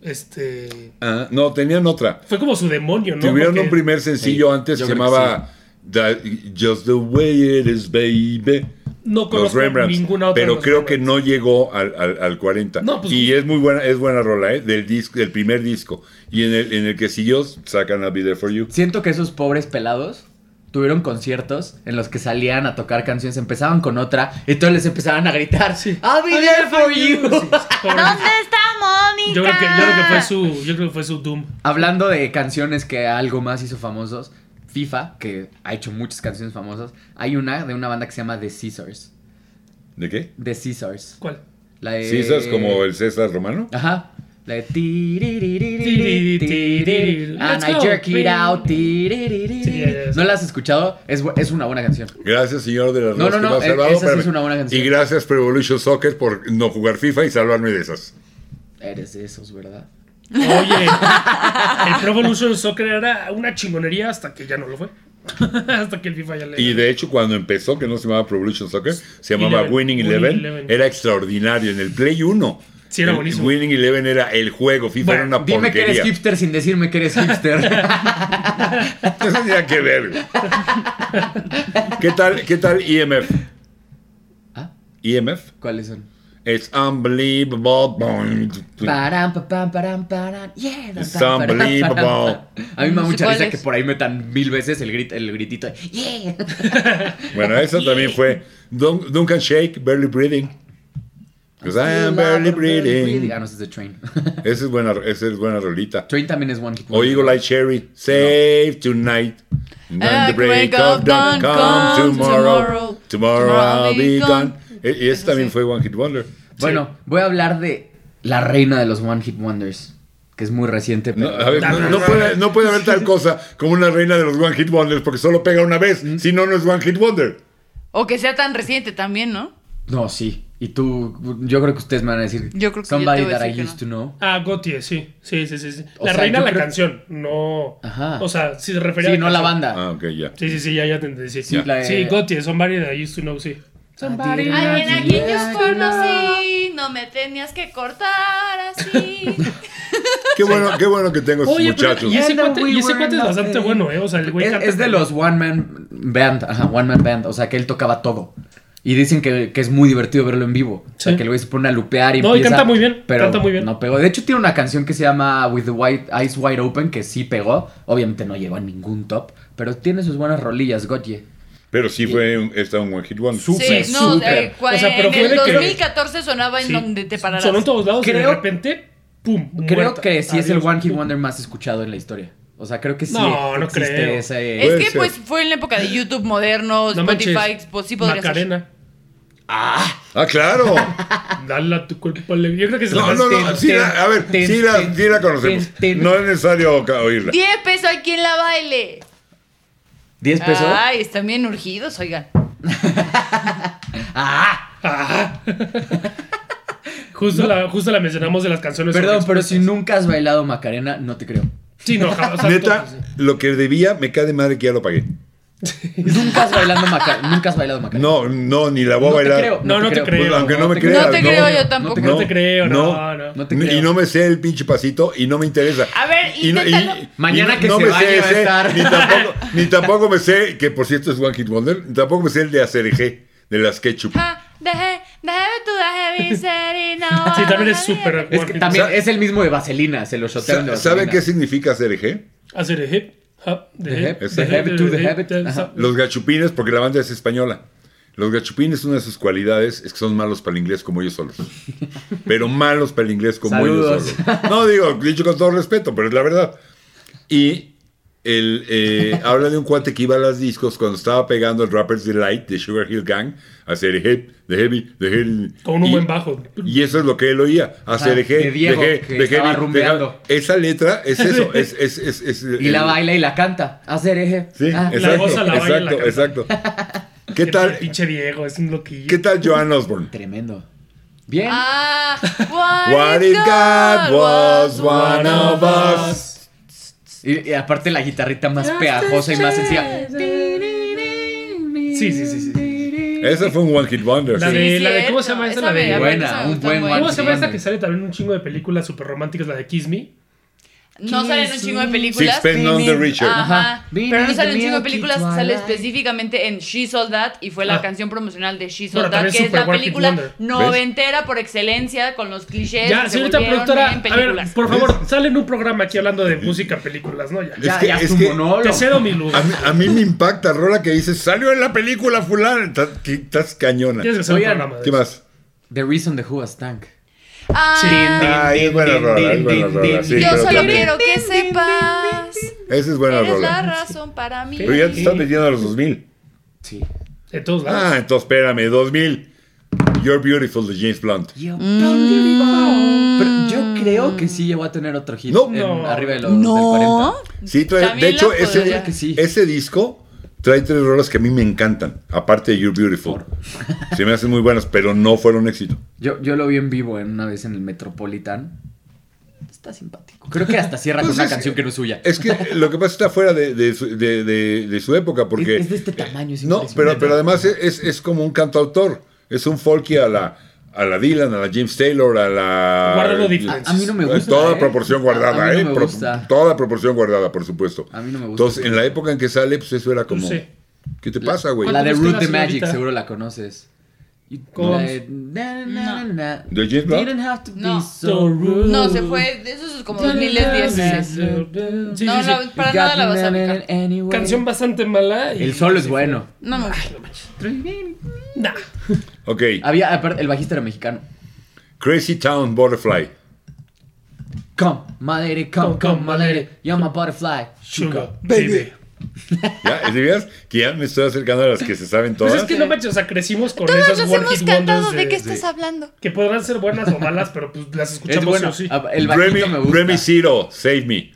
Este.
Ah, no, tenían otra.
Fue como su demonio, ¿no?
Tuvieron
Porque-
un primer sencillo
Sí,
antes que
yo
se
creo
llamaba That- Just the Way It Is Baby.
No
Los
conozco
Rembrandts,
ninguna otra. de
pero
los
creo que
Rembrandts.
no llegó al, al- al 40.
No, pues-
y es muy buena, es buena rola, ¿eh? Del disco, del primer disco. Y en el, en el que siguió sacan I'll Be There For You.
Siento que esos pobres pelados tuvieron conciertos en los que salían a tocar canciones, empezaban con otra y todos les empezaban a gritar, I'll be there for
Sí,
you.
sí, pobre.
¿Dónde está Mónica?
Yo creo, que, yo creo que fue su. Yo creo que fue su Doom.
Hablando de canciones que algo más hizo famosos, FIFA, que ha hecho muchas canciones famosas, hay una de una banda que se llama The Scissors.
¿De qué?
The Scissors.
¿Cuál?
La de...
Cisas como el César Romano.
Ajá. La de tiriririri, tiriri, And I jerk it out. tiririri.
Sí, ya, ya, ya.
¿No la has escuchado? Es, bu- es una buena canción.
Gracias, señor de las
No,
rolas
no,
que
no,
me ha
e-
salvado.
esa sí
Espérame.
es una buena canción.
Y gracias Pro Evolution Soccer por no jugar FIFA y salvarme de esas.
Eres de esos, ¿verdad?
Oye, el Pro Evolution Soccer era una chingonería hasta que ya no lo fue. hasta que el FIFA ya le.
Y de hecho, cuando empezó, que no se llamaba Pro Evolution Soccer, se llamaba
Eleven.
Winning
Winning
Eleven,
Eleven.
era extraordinario. En el Play 1,
Sí, era
el
buenísimo.
Winning Eleven era el juego, FIFA
Bueno,
era una
Dime que eres
porquería.
hipster sin decirme que eres hipster.
No tenía que ver. güey. ¿Qué tal, qué tal E IMF?
¿Ah?
IMF.
¿Cuáles son?
E It's unbelievable.
Param, pa, pam, param, param. Yeah, da,
It's
pam, param,
unbelievable.
param, param. A mí me da
No sé
mucha
cuál
risa
es.
que por ahí metan mil veces el, grit, el gritito de Yeah.
Bueno, eso también fue Dun- Duncan Shake, Barely Breathing. 'Cause I am Ah, barely breathing.
Ah, no, ese es de Train.
Esa es buena, esa es buena rolita.
Train también es One Hit
O
Wonder.
Eagle Eye Cherry, Save Tonight. And
Ah,
the break of dawn, come tomorrow. Tomorrow I'll be gone. E- Y ese también fue One Hit Wonder.
Bueno, voy a hablar de la reina de los One Hit Wonders, que es muy reciente.
No,
Pero...
a ver, no, no puede, no puede haber tal cosa como una reina de los One Hit Wonders porque solo pega una vez. Si no, no es One Hit Wonder.
O que sea tan reciente también, ¿no?
No, sí. Y tú, yo creo que ustedes me van a decir.
Yo creo que yo
Somebody
te voy a
that I
decir que
used to know.
Ah, Gautier, sí. Sí, sí, sí. sí.
O
La
sea,
reina
yo
la
creo-
canción, no.
Ajá.
O sea, si se refería
Sí,
a
no la
canción.
banda.
Ah, ok, ya.
Sí, sí, sí, ya, ya te entendí. Sí,
Sí, la de-
sí Gautier, Somebody That I Used to Know, sí.
Somebody
Alguien
that
a quien
I
yo
used to know.
conocí, no me tenías que cortar así.
Qué bueno, qué bueno que tengo estos
Oye, pero-
Pues, muchachos.
Y ese
And then
cuate- y
we
ese
were
cuate es bastante
nothing.
bueno, ¿eh? O sea, el güey
es,
canta
es de
cabrón.
los One Man Band, ajá, One Man Band. O sea, que él tocaba todo. Y dicen que, que es muy divertido verlo en vivo. O sea,
Sí.
que el güey se pone a lupear y
No, y
empieza,
canta muy bien,
Pero
canta muy bien.
no pegó. De hecho, tiene una canción que se llama With the White Eyes Wide Open, que sí pegó. Obviamente no llegó a ningún top, pero tiene sus buenas rolillas, Gotye.
Pero sí fue un, está un One Hit Wonder.
Súper,
sí, no,
súper.
eh, cua-
O sea, pero
en
fue
el
de que-
2014 sonaba en
Sí.
donde te pararas.
Sonó en todos lados y de
Creo-
repente, pum.
Creo
muerta.
que sí es el
Adiós.
One Hit Wonder más escuchado en la historia. O sea, creo que sí
No, no
existe
creo.
ese-
Es
Puede
que
ser.
pues fue en la época de YouTube moderno,
No
Spotify,
manches,
pues sí podría ser.
Macarena.
Ah, claro.
Dale a tu cuerpo alegría. Yo creo que es
No,
la
no, no. Sí, la- a ver, sí la, sí la conocemos. No es necesario ca- oírla.
10 pesos a quien la baile.
¿10 pesos?
Ay, están bien urgidos, oigan.
¡Ah!
Ajá. Justo, la, justo la mencionamos de las canciones.
Perdón,
sobre
pero si
expuestas.
nunca has bailado Macarena, no te creo.
Sí, no, ja- o sea,
Neta,
todo, sí.
lo que debía, me cae de madre que ya lo pagué.
Nunca has bailado Macarena. Nunca has bailado Macarena.
No, no, ni la voy a
No te
bailar.
creo.
No, no te creo.
Pues, aunque no me
creo.
creas.
No te creo yo tampoco.
No te creo, no, no.
No te
Ni-
creo.
Y no me sé el pinche pasito y no me interesa.
A ver,
no-
inténtalo.
Mañana que se
me
vaya
sé
va a
ese,
estar.
Ni tampoco, ni tampoco me sé, que por cierto es One Hit Wonder, tampoco me sé el de Acerejé, de las Ketchup.
Ja, deje, deje tu deje mi ser y no
Sí, también es
hagas
súper.
Ah, Es que también
Sa-
es el mismo de Vaselina, se lo shotearon de
Sa-
Vaselina.
¿Saben qué significa Acerejé?
Hacer el hip, hop, the,
The hip,
hip,
the
habit to the habit,
the-
ajá.
Los gachupines, porque la banda es española. Los gachupines, una de sus cualidades es que son malos para el inglés como ellos solos. Pero malos para el inglés como
Saludos.
ellos solos. No digo, dicho con todo respeto, pero es la verdad. Y el, eh, habla de un cuate que iba a las discos cuando estaba pegando el Rapper's Delight de Sugar Hill Gang, hacer hip, the heavy, the heavy.
Con un
Y-
buen bajo.
Y eso es lo que él oía, hacer
Ajá,
hip,
Ah, de Diego,
the heavy,
que
the
estaba
heavy, the
rumbeando.
heavy. Esa letra es eso. Es, es- es- es
Y la
el-
baila y la canta. Hacer eje.
Sí,
Ah,
exacto,
goza, la baila y la
exacto, exacto. ¿Qué tal,
El pinche Diego, es un loquillo.
qué tal Joan Osborne?
Tremendo. Bien.
Ah, what,
What if
if
God was one of us?
Más.
Y, y aparte la guitarrita más pegajosa y más sencilla.
Sí, sí, sí, sí.
Ese fue un one hit wonder.
La
sí.
de- la de-
cierto,
¿cómo se llama esa? La de-
me- a mí
Buena,
esa me
un
gusta
buen
mucho.
¿Cómo se llama
Sí.
esta que sale también un chingo de películas súper románticas, la de Kiss Me?
No salen un chingo de películas.
Sixpence None the Richer.
Ajá.
Ajá.
Pero no salen un chingo de
Milky
películas. Sale
Twilight.
específicamente en She Sold That y fue la
Ah.
canción promocional de She
Bueno,
Sold That,
también
que es
Super
la
One Hit
película
Wonder.
noventera por excelencia con los clichés.
Ya,
que se
señorita
volvieron
productora,
en
a
películas.
ver, por favor, salen un programa aquí hablando de música, películas, ¿no? Ya.
Es
Ya,
que-
ya
es
es un
que-
monólogo.
Te cedo mi luz.
A mí, a mí me impacta, Rola, que dice, salió en la película fulana. Ta- que- Estás cañona.
Tienes que hacer un
Oigan,
programa de
¿Qué
eso.
más?
The Reason the Who was Tank.
Ah,
Ah, es buena
din,
rola, es
din,
buena
din,
rola.
din.
sí,
yo
pero
solo
también-
quiero que sepas.
Esa es buena
Eres la
rola.
razón para mí.
Pero ya te estás metiendo a los 2000.
Sí.
De todos lados.
Ah, entonces espérame, 2000. You're Beautiful de James Blunt.
Yo,
Mm.
Pero yo creo que sí llegó a tener otro hit.
No.
en-
No.
arriba de los del
No.
40.
Sí, trae- de
También
hecho,
la
ese,
podría.
que sí.
ese disco trae tres rolas que a mí me encantan, aparte de You're Beautiful. Se me hacen muy buenas, pero no fueron éxito.
Yo, yo lo vi en vivo en una vez en el Metropolitan. está simpático. Creo que hasta cierra con
Pues
una
es-
canción que no es suya.
Es que lo que pasa está fuera de, de su, de- de- de su época, porque...
Es- es de este tamaño, es
No, pero,
impresionante.
pero además es, es- es como un cantautor. Es un folky a la, a la Dylan, a la James Taylor, a la...
Guardando diferencias.
A- a mí no me gusta,
pues, Toda
¿eh?
proporción
A- a
guardada,
mí
¿eh?
no me
Pro-
gusta.
toda proporción guardada, por supuesto.
A mí no me gusta.
Entonces, en la época en que sale, pues eso era como...
sí.
¿Qué te pasa, güey?
La de
¿Cuánto
Root
nos
the
queda,
Magic,
señorita?
seguro la conoces. Y-
¿Cómo?
la de- na, na, na, na.
¿De James Blunt?
Didn't have to be
No.
so rude.
No, se fue. de Eso es como 2010.
Sí,
No,
sí,
la-
sí.
para
You
nada
got
la vas a
me
ubicar.
anyway.
Canción bastante mala. y-
El solo es bueno.
No me gusta.
Nah.
Ok.
Había, aparte, el bajista era mexicano.
Crazy Town Butterfly.
Come, my lady,
Come,
come, come,
come, my
my lady.
lady.
You're my butterfly.
Sugar,
Sugar.
baby.
¿Ya? ¿Es de veras? Que ya me estoy acercando a las que se saben
Pues
todas.
es que no manches, o sea, crecimos con
Todos
esas
los
One
hemos
Hit
cantado.
Wonders
¿De qué
de-
estás hablando?
Que podrán ser buenas o malas, pero pues las
Es
escuchamos
bueno.
sí o sí.
Ah, El bajito
Remy,
me gusta.
Remy Zero, Save Me.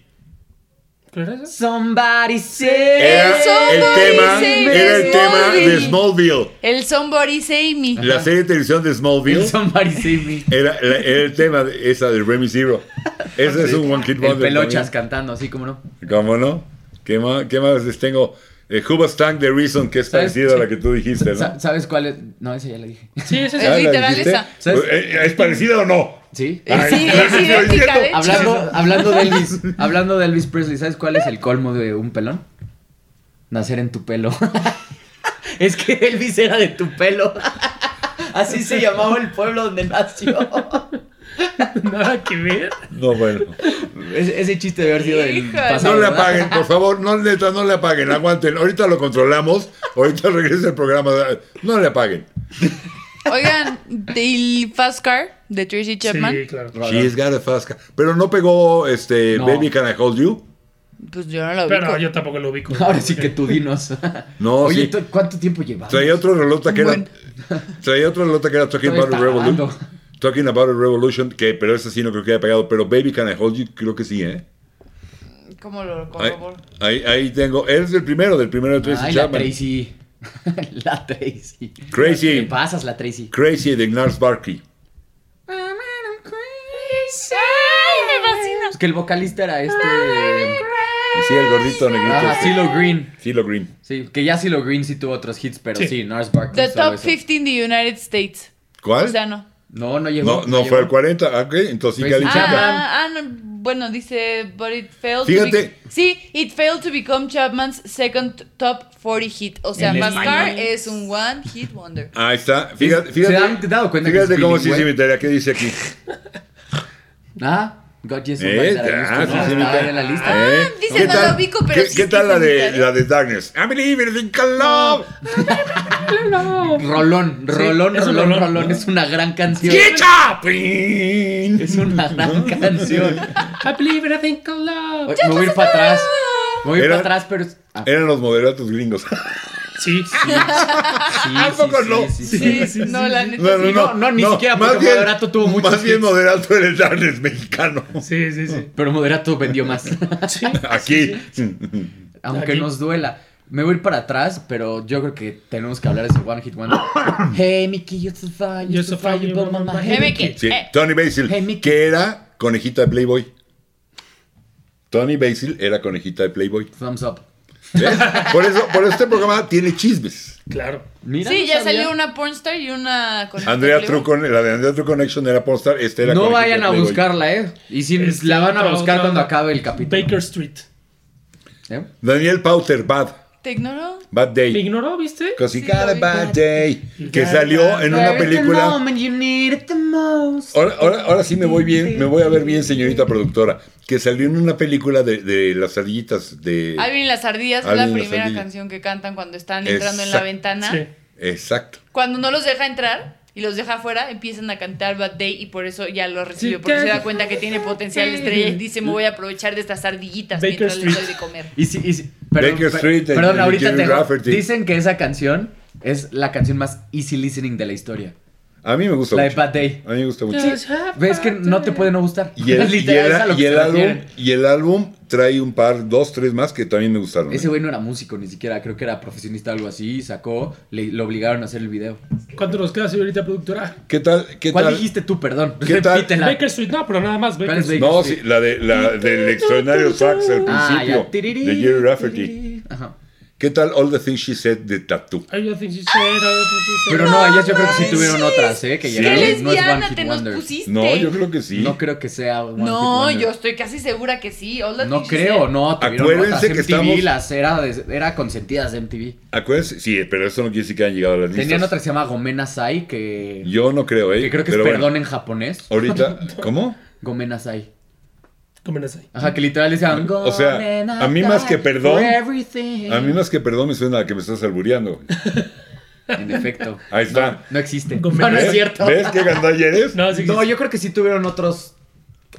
¿Pero era esa?
Somebody
Eh,
say.
Era el
Somebody
tema,
Save Me,
era el tema de Smallville.
El Somebody
e
Save Me.
La serie de televisión de Smallville
El Somebody save me.
era, la- era el tema de, esa de Remy Zero. Ese es un One Kid
El
Wonder.
pelochas
también.
cantando, así como no.
¿Cómo no? ¿Qué más, qué más les tengo? Eh, Hoobastank de Reason, que es
¿Sabes?
parecida a la que tú dijiste,
Sa-
¿no?
¿Sabes cuál es? No, esa ya la dije.
Sí, es esa.
¿Ya la
literal
dijiste?
esa.
¿Sabes?
Eh, ¿Es parecida o no?
¿Sí?
Ay,
Eh, Sí,
ya
es
me estoy
idéntica,
oyendo.
de hecho.
Hablando, hablando de Elvis, hablando de Elvis Presley, ¿sabes cuál es el colmo de un pelón? Nacer en tu pelo. es que Elvis era de tu pelo. Así se llamaba el pueblo donde nació.
Nada que ver.
No, bueno.
Ese, ese chiste debe haber sido del
Híjole.
pasado.
No le
¿verdad?
apaguen, por favor, no, neta, no le apaguen, aguanten. Ahorita lo controlamos, ahorita regresa el programa. No le apaguen.
Oigan, el Fast Car de Tracy Chapman.
Sí, claro.
She's got a fast car. Pero no pegó este
No.
Baby Can I Hold You.
Pues yo no lo ubico.
Pero yo tampoco lo ubico.
Ahora sí que tú dinos.
No,
Oye,
sí.
¿tú- ¿cuánto tiempo llevamos?
Traía otro relota que
Bueno.
era. Traía otro relota que era Talking
Todavía
About a
está
Revolution.
grabando.
Talking About a Revolution, que, pero ese sí no creo que haya pegado. Pero Baby Can I Hold You, creo que sí, ¿eh?
¿Cómo lo
Ahí,
corroboro?
ahí, ahí tengo. Eres el primero, del primero de Tracy
Ay, la
Chapman.
Tracy. la Tracy. ¿Qué
Crazy.
pasas, la Tracy?
Crazy de Gnars Barkley.
Es que el vocalista era este.
Sí, el gordito negrito.
Ah,
este.
Silo Green.
Silo Green.
Sí, que ya Silo Green sí tuvo otros hits, pero sí,
Sí.
Nars Barkley.
The
solo
Top
eso. ¿Ah?
15 de United States.
¿Cuál?
O
Pues
sea, no.
No, no llegó.
No, no fue
llegó.
el 40, ok, entonces sí que
Pues,
alguien
Chapman.
Ah, ah, no, bueno, dice, but it failed to
Fíjate.
be- Sí, it failed to become Chapman's second top 40 hit. O sea,
En
Mascar
español.
es un one hit wonder.
Ahí está, fíjate,
pues, ¿Se
fíjate.
han dado cuenta que
fíjate
es
cómo sí
bilingüe?
se imitaría, ¿qué dice aquí?
Ah, Got You Somebody
Eh,
That I Used to
ah, sí, sí,
Know, estaba
mira.
en la lista.
¿Eh?
Ah,
dice, no lo ubico, pero
¿Qué,
sí
¿qué
es
tal la de,
imitaría.
la de Darkness? I believe in love.
Rolón, rolón,
es un
rolón,
rolón.
rolón. Es una gran canción.
Get up!
Es una gran canción.
I believe in a thing called love.
Oye, Me voy a ir para atrás. Me voy a ir
Era- Eh,
para atrás, pero. Ah,
Eran los moderatos gringos.
Sí, sí.
sí,
¿a
sí,
poco
sí,
no?
sí, sí.
Sí, no, la neta.
No, no,
sí.
no,
no, no, ni siquiera,
más
porque Moderato tuvo muchos
Más bien
hits.
moderato era el Darkness mexicano.
Sí, sí, sí.
Pero Moderato vendió más.
Sí,
Aquí.
Aunque
Aquí.
nos duela. Me voy a ir para atrás, pero yo creo que tenemos que hablar de ese One Hit Wonder. hey, Mickey, you're so fine, you're so fine, you blow my mind.
Hey, Mickey.
Sí,
Eh,
Tony
Hey,
Basil,
Mickey.
que era conejita de Playboy. Tony Basil era conejita de Playboy.
Thumbs up.
¿Ves? ¿Eh? Por eso, por eso este programa tiene chismes.
claro.
Mira,
sí,
no
ya
sabía.
salió una pornstar y una... con-
Andrea True Con- la de Andrea True Connection era Pornstar, este era
No
Conejita
vayan
de
a
Playboy.
buscarla, ¿eh? Y si
Este,
la van a
otra,
buscar
otra,
cuando
otra.
acabe el capítulo.
Baker Street.
¿eh?
Daniel Pauter, Bad,
¿Te ignoró?
Bad
¿Me
Day.
ignoró, viste?
Cause he
Sí,
got a
lo vi.
bad day. Que
Got a
salió
bad
en
day.
una
Where is the
película.
moment you need it the most?
Ahora, ahora, ahora sí me voy bien, me voy a ver bien, señorita productora. Que salió en una película de, de las ardillitas de.
Alvin y las ardillas es
Alvin y
la
las
primera
ardillas.
canción que cantan cuando están entrando en la
Exacto.
ventana.
Sí.
Exacto.
Cuando no los deja entrar y los deja afuera, empiezan a cantar Bad Day y por eso ya lo recibió.
Sí,
porque se da
claro.
cuenta que tiene potencial de estrella y dice, me voy a aprovechar de estas ardillitas
Baker
mientras les doy
Street.
de comer.
Y si, y si- perdón,
Baker
per-
Street de
perdón,
Jimmy
ahorita
Jimmy
tengo-
Rafferty.
Dicen que esa canción es la canción más easy listening de la historia.
A mí me gusta
La de
mucho.
Bad Day.
A mí me gusta mucho.
Ves que no te puede no gustar.
Y el, y
Literal,
el-
es a lo que
y el
se
álbum,
refiere.
y el álbum trae un par, dos, tres más que también me gustaron.
Ese
¿eh?
güey no era músico ni siquiera, creo que era profesionista o algo así, y sacó, le, lo obligaron a hacer el video.
¿Cuánto nos queda, señorita productora?
¿Qué tal? ¿Qué
¿Cuál
tal?
dijiste tú, perdón?
¿Qué tal?
Repítela.
Baker Street, no, pero nada más. Baker
¿Cuál es
Street.
No,
Baker
sí, la, de, la del extraordinario sax al
Ah,
principio,
ya.
de Jerry Rafferty.
Tiriri. Ajá.
¿Qué tal All the Things She Said de Tattoo?
I don't think she's dead, I don't think she's dead.
Pero no, ellas yo creo que sí
manches.
tuvieron otras, ¿eh? Que
Sí.
¿Qué
llegaron, no es One
lesbiana
Hit
te nos
Wonder.
pusiste?
No, yo creo que sí.
No creo que sea One Hit
No,
Wonder.
yo estoy casi segura que sí. All that
No
bitch
creo,
is
no, tuvieron
Acuérdense
otras.
que
MTV
estamos-
las era, de- era consentidas de MTV.
Acuérdense, sí, pero eso no quiere decir que hayan llegado a las listas.
Tenían otra que se llama Gomena Sai, que,
Yo no creo, ¿eh?
que creo que es
Pero
perdón
bueno,
en japonés.
ahorita, ¿cómo?
Gomena Sai.
Comen ahí.
Ajá, que literal decían
O sea,
"Gomena
a mí más
Sai
que perdón,
for everything".
A mí más que perdón me suena a que me estás albureando. güey.
En efecto.
Ahí está.
No, no existe.
Gomena.
No, no es
¿Ves?
cierto.
¿Ves qué gandalla eres?
No, sí,
No,
sí.
yo creo que sí tuvieron otros.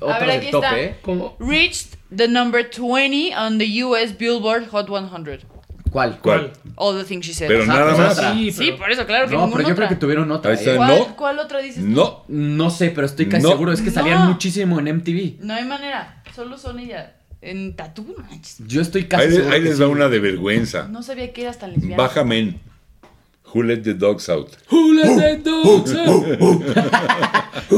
A
Otros
ver,
de
aquí
tope,
está.
¿eh?
Como-
Reached the number 20 on the US Billboard Hot 100.
¿Cuál?
¿Cuál?
All the things she said.
Pero
Ajá,
nada
pues
más.
otra.
Ah, Sí,
sí,
pero-
por eso, claro que
No, pero yo
ninguna
creo que
otra.
tuvieron otra.
Ahí está.
¿eh?
¿Cuál,
No.
¿Cuál otra dices? tú?
No.
No sé, pero estoy casi
No.
seguro. Es que salían
No.
muchísimo en MTV.
No hay manera. Solo son ella. En tatú, manches.
Yo estoy casi
Ahí, les-
seguro.
ahí
que
les
sí.
va una de vergüenza.
No sabía que eras tan lesbiana.
Baja men. Who let the dogs out?
Who
¡Oh!
let the dogs out?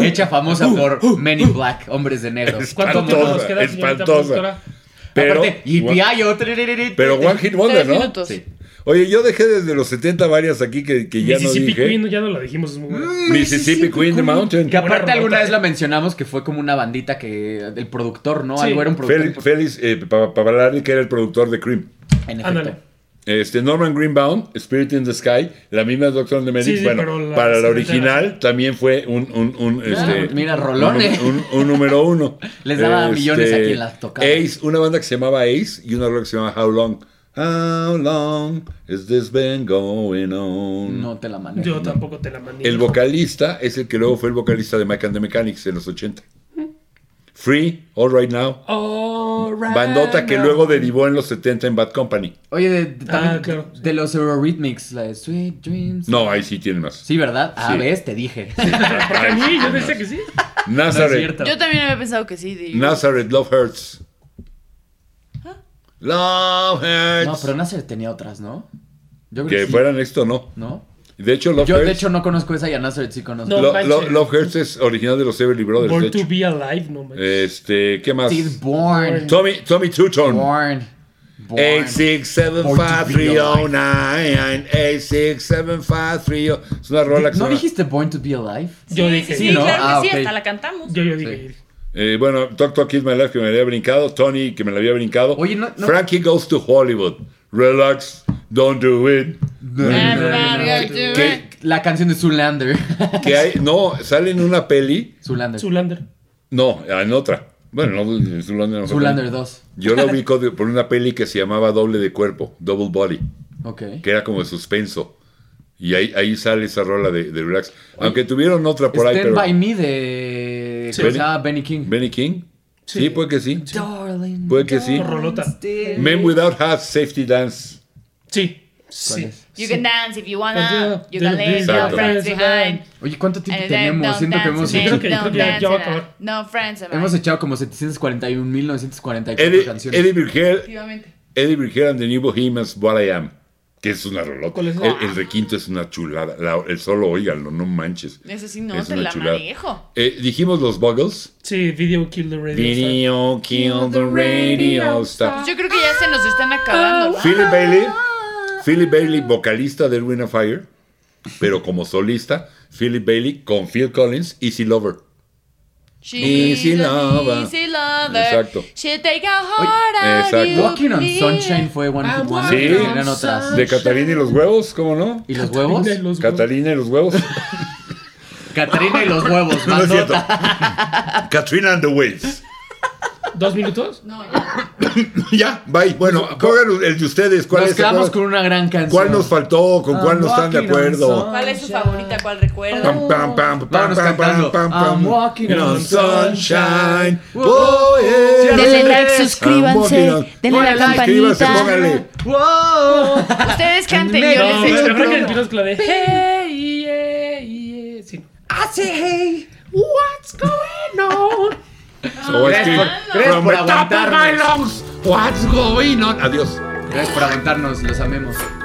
Hecha famosa
Uh,
por Men in Black, hombres de negro.
¿Cuánto tiempo nos
Espantosa,
queda, señorita
espantosa.
productora?
Pero,
Aparte, yipiayo, tririri,
pero One Hit Wonder,
Tres
¿no?
minutos.
Sí.
Oye, yo dejé desde los 70 varias aquí que, que ya no
Mississippi
dije.
Queen, ya no la dijimos, es muy buena.
Mississippi Queen, The Mountain.
Que aparte
Buena
alguna
rolota,
vez
eh.
la mencionamos que fue como una bandita que el productor, ¿no?
Sí.
Algo era un productor.
Fel- Félix eh, Pa- Pavalardi, que era el productor de Cream.
En efecto.
Ándale.
Este, Norman Greenbaum, Spirit in the Sky, la misma Doctor de Medics.
Sí, sí,
bueno,
pero la
para la
setentera.
original también fue un. un, un,
Claro,
este,
Ah, mira, rolón,
un-
eh.
un, un número uno.
Les daba millones a quien las tocaba.
Ace, una banda que se llamaba Ace y una rola que se llamaba How Long. How long has this been going on?
No te la manejo.
Yo tampoco te la mandé.
El vocalista es el que luego fue el vocalista de Mike and the Mechanics en los 80. Free, All Right Now.
Ah,
Alright
Bandota que
now.
luego derivó en los 70 en Bad Company.
Oye, de, de- también-
Ah, claro, sí.
de los Eurorhythmics, la de Sweet Dreams.
No, ahí sí tiene más. Ah,
Sí, ¿verdad? A
Sí.
ves, te dije.
Porque a mí, yo decía que sí.
Nazareth.
Yo también había pensado que sí. digo.
Nazareth, Love Hurts. Love Hurts.
¿Ah? No, pero Nasser tenía otras, ¿no? Yo creo
que
sí,
fueran esto, no. pues.
¿no?
De hecho, Love
Yo,
Hurts.
de hecho, no conozco esa y a Nasser sí conozco.
No.
Lo-
manches.
Lo- Love Hurts es original de los Everly Brothers. de
Born
hecho.
to be alive, no manches.
Este, ¿qué más?
Steve Born.
Tommy, Tommy Tuton.
Born. Born.
8675309 8675309 oh. Es una rola que
¿No
suena-
dijiste Born to be Alive?
Yo dije,
sí, sí,
¿no?
claro
Ah,
que
ok.
sí, hasta la cantamos.
Yo, yo dije,
Eh, bueno, Talk Talk Is My Life que me la había brincado, Tony que me la había brincado,
Oye, no- no-
Frankie Goes to Hollywood, Relax, Don't Do It.
I'm not gonna do
Que,
it.
La canción de Zoolander.
que hay, no, sale en una peli,
Zoolander.
Zulander.
no, en otra. Bueno, no, en Zoolander. no fue
Zoolander
peli.
2.
Yo la ubico de- por una peli que se llamaba Doble de Cuerpo, Double Body,
Ok.
que era como de suspenso. Y ahí, ahí sale esa rola de, de Relax. Aunque tuvieron otra por ahí,
Stand
pero.
By Me de...
Sí.
¿Cómo se llama? Benny King.
¿Benny King? Sí, puede que sí.
Darling.
Puede que sí.
Rolota.
Men Without Hats, Safety Dance.
Sí.
¿Cuál
Sí.
es?
You can dance if you wanna.
Canción.
You can leave your
Exacto.
friends behind.
Oye, ¿cuánto tiempo
And then
tenemos?
don't
Siento que
dance
hemos
tonight,
hecho...
Creo que- creo que
don't
ya va a
dance
acabar.
tonight. No friends tonight.
Hemos echado como 741.944
Eddie,
canciones.
Eddie Virgil,
Efectivamente.
Eddie Virgil and the New Bohemians, What I Am. Que es una rolota.
¿Cuál es esa?
el, el requinto es una chulada. La- el solo, oíganlo, no manches.
Eso sí, no
Es
te
una
la
chulada.
manejo.
Eh, dijimos los Buggles.
Sí, Video Kill the Radio. Star.
Video kill the radio star.
Yo creo que ya se nos están acabando. ¿no?
Philip Bailey, Philip Bailey, vocalista de Ruin of Fire, pero como solista, Philip Bailey con Phil Collins, Easy Lover.
She's
Easy
an
lover.
easy lover.
Exacto.
She'll take a heart
Exacto.
out of you,
Walking on
please.
Sunshine fue One Hit Wonder.
Sí.
pero Eran otras.
De Catalina y los huevos, ¿cómo no?
¿Y los huevos?
De los-
Catalina y los huevos.
Catarina y los huevos.
No es cierto.
bandota.
Katrina and the Waves.
¿Dos minutos?
No, ya.
ya, bye. Bueno, pongan el de ustedes. ¿Cuál,
Nos
es,
quedamos
cuál-
con una gran canción.
cuál nos faltó? ¿Con cuál no están de
Walking on
acuerdo?
Sunshine.
¿Cuál es su favorita? ¿Cuál recuerda?
Pam, pam, pam, pam,
Vámonos
pam,
cantando.
pam, pam,
I'm
pam.
walking on sunshine.
Oh, yeah.
Denle like,
I'm
suscríbanse,
walking on-
denle la
Pónganle,
campanita.
suscríbanse, pónganle.
¡Wow!
Ustedes canten,
No,
yo
No,
les
pero
echo
creo que el
promo.
piloto es la de. Hey, yeah, yeah. Sí.
I say, hey, what's going on?
So I scream
Gracias por- gracias
from
por
the top of my
aguantarnos.
lungs, What's going on? Adiós.
Gracias por aguantarnos, los amemos.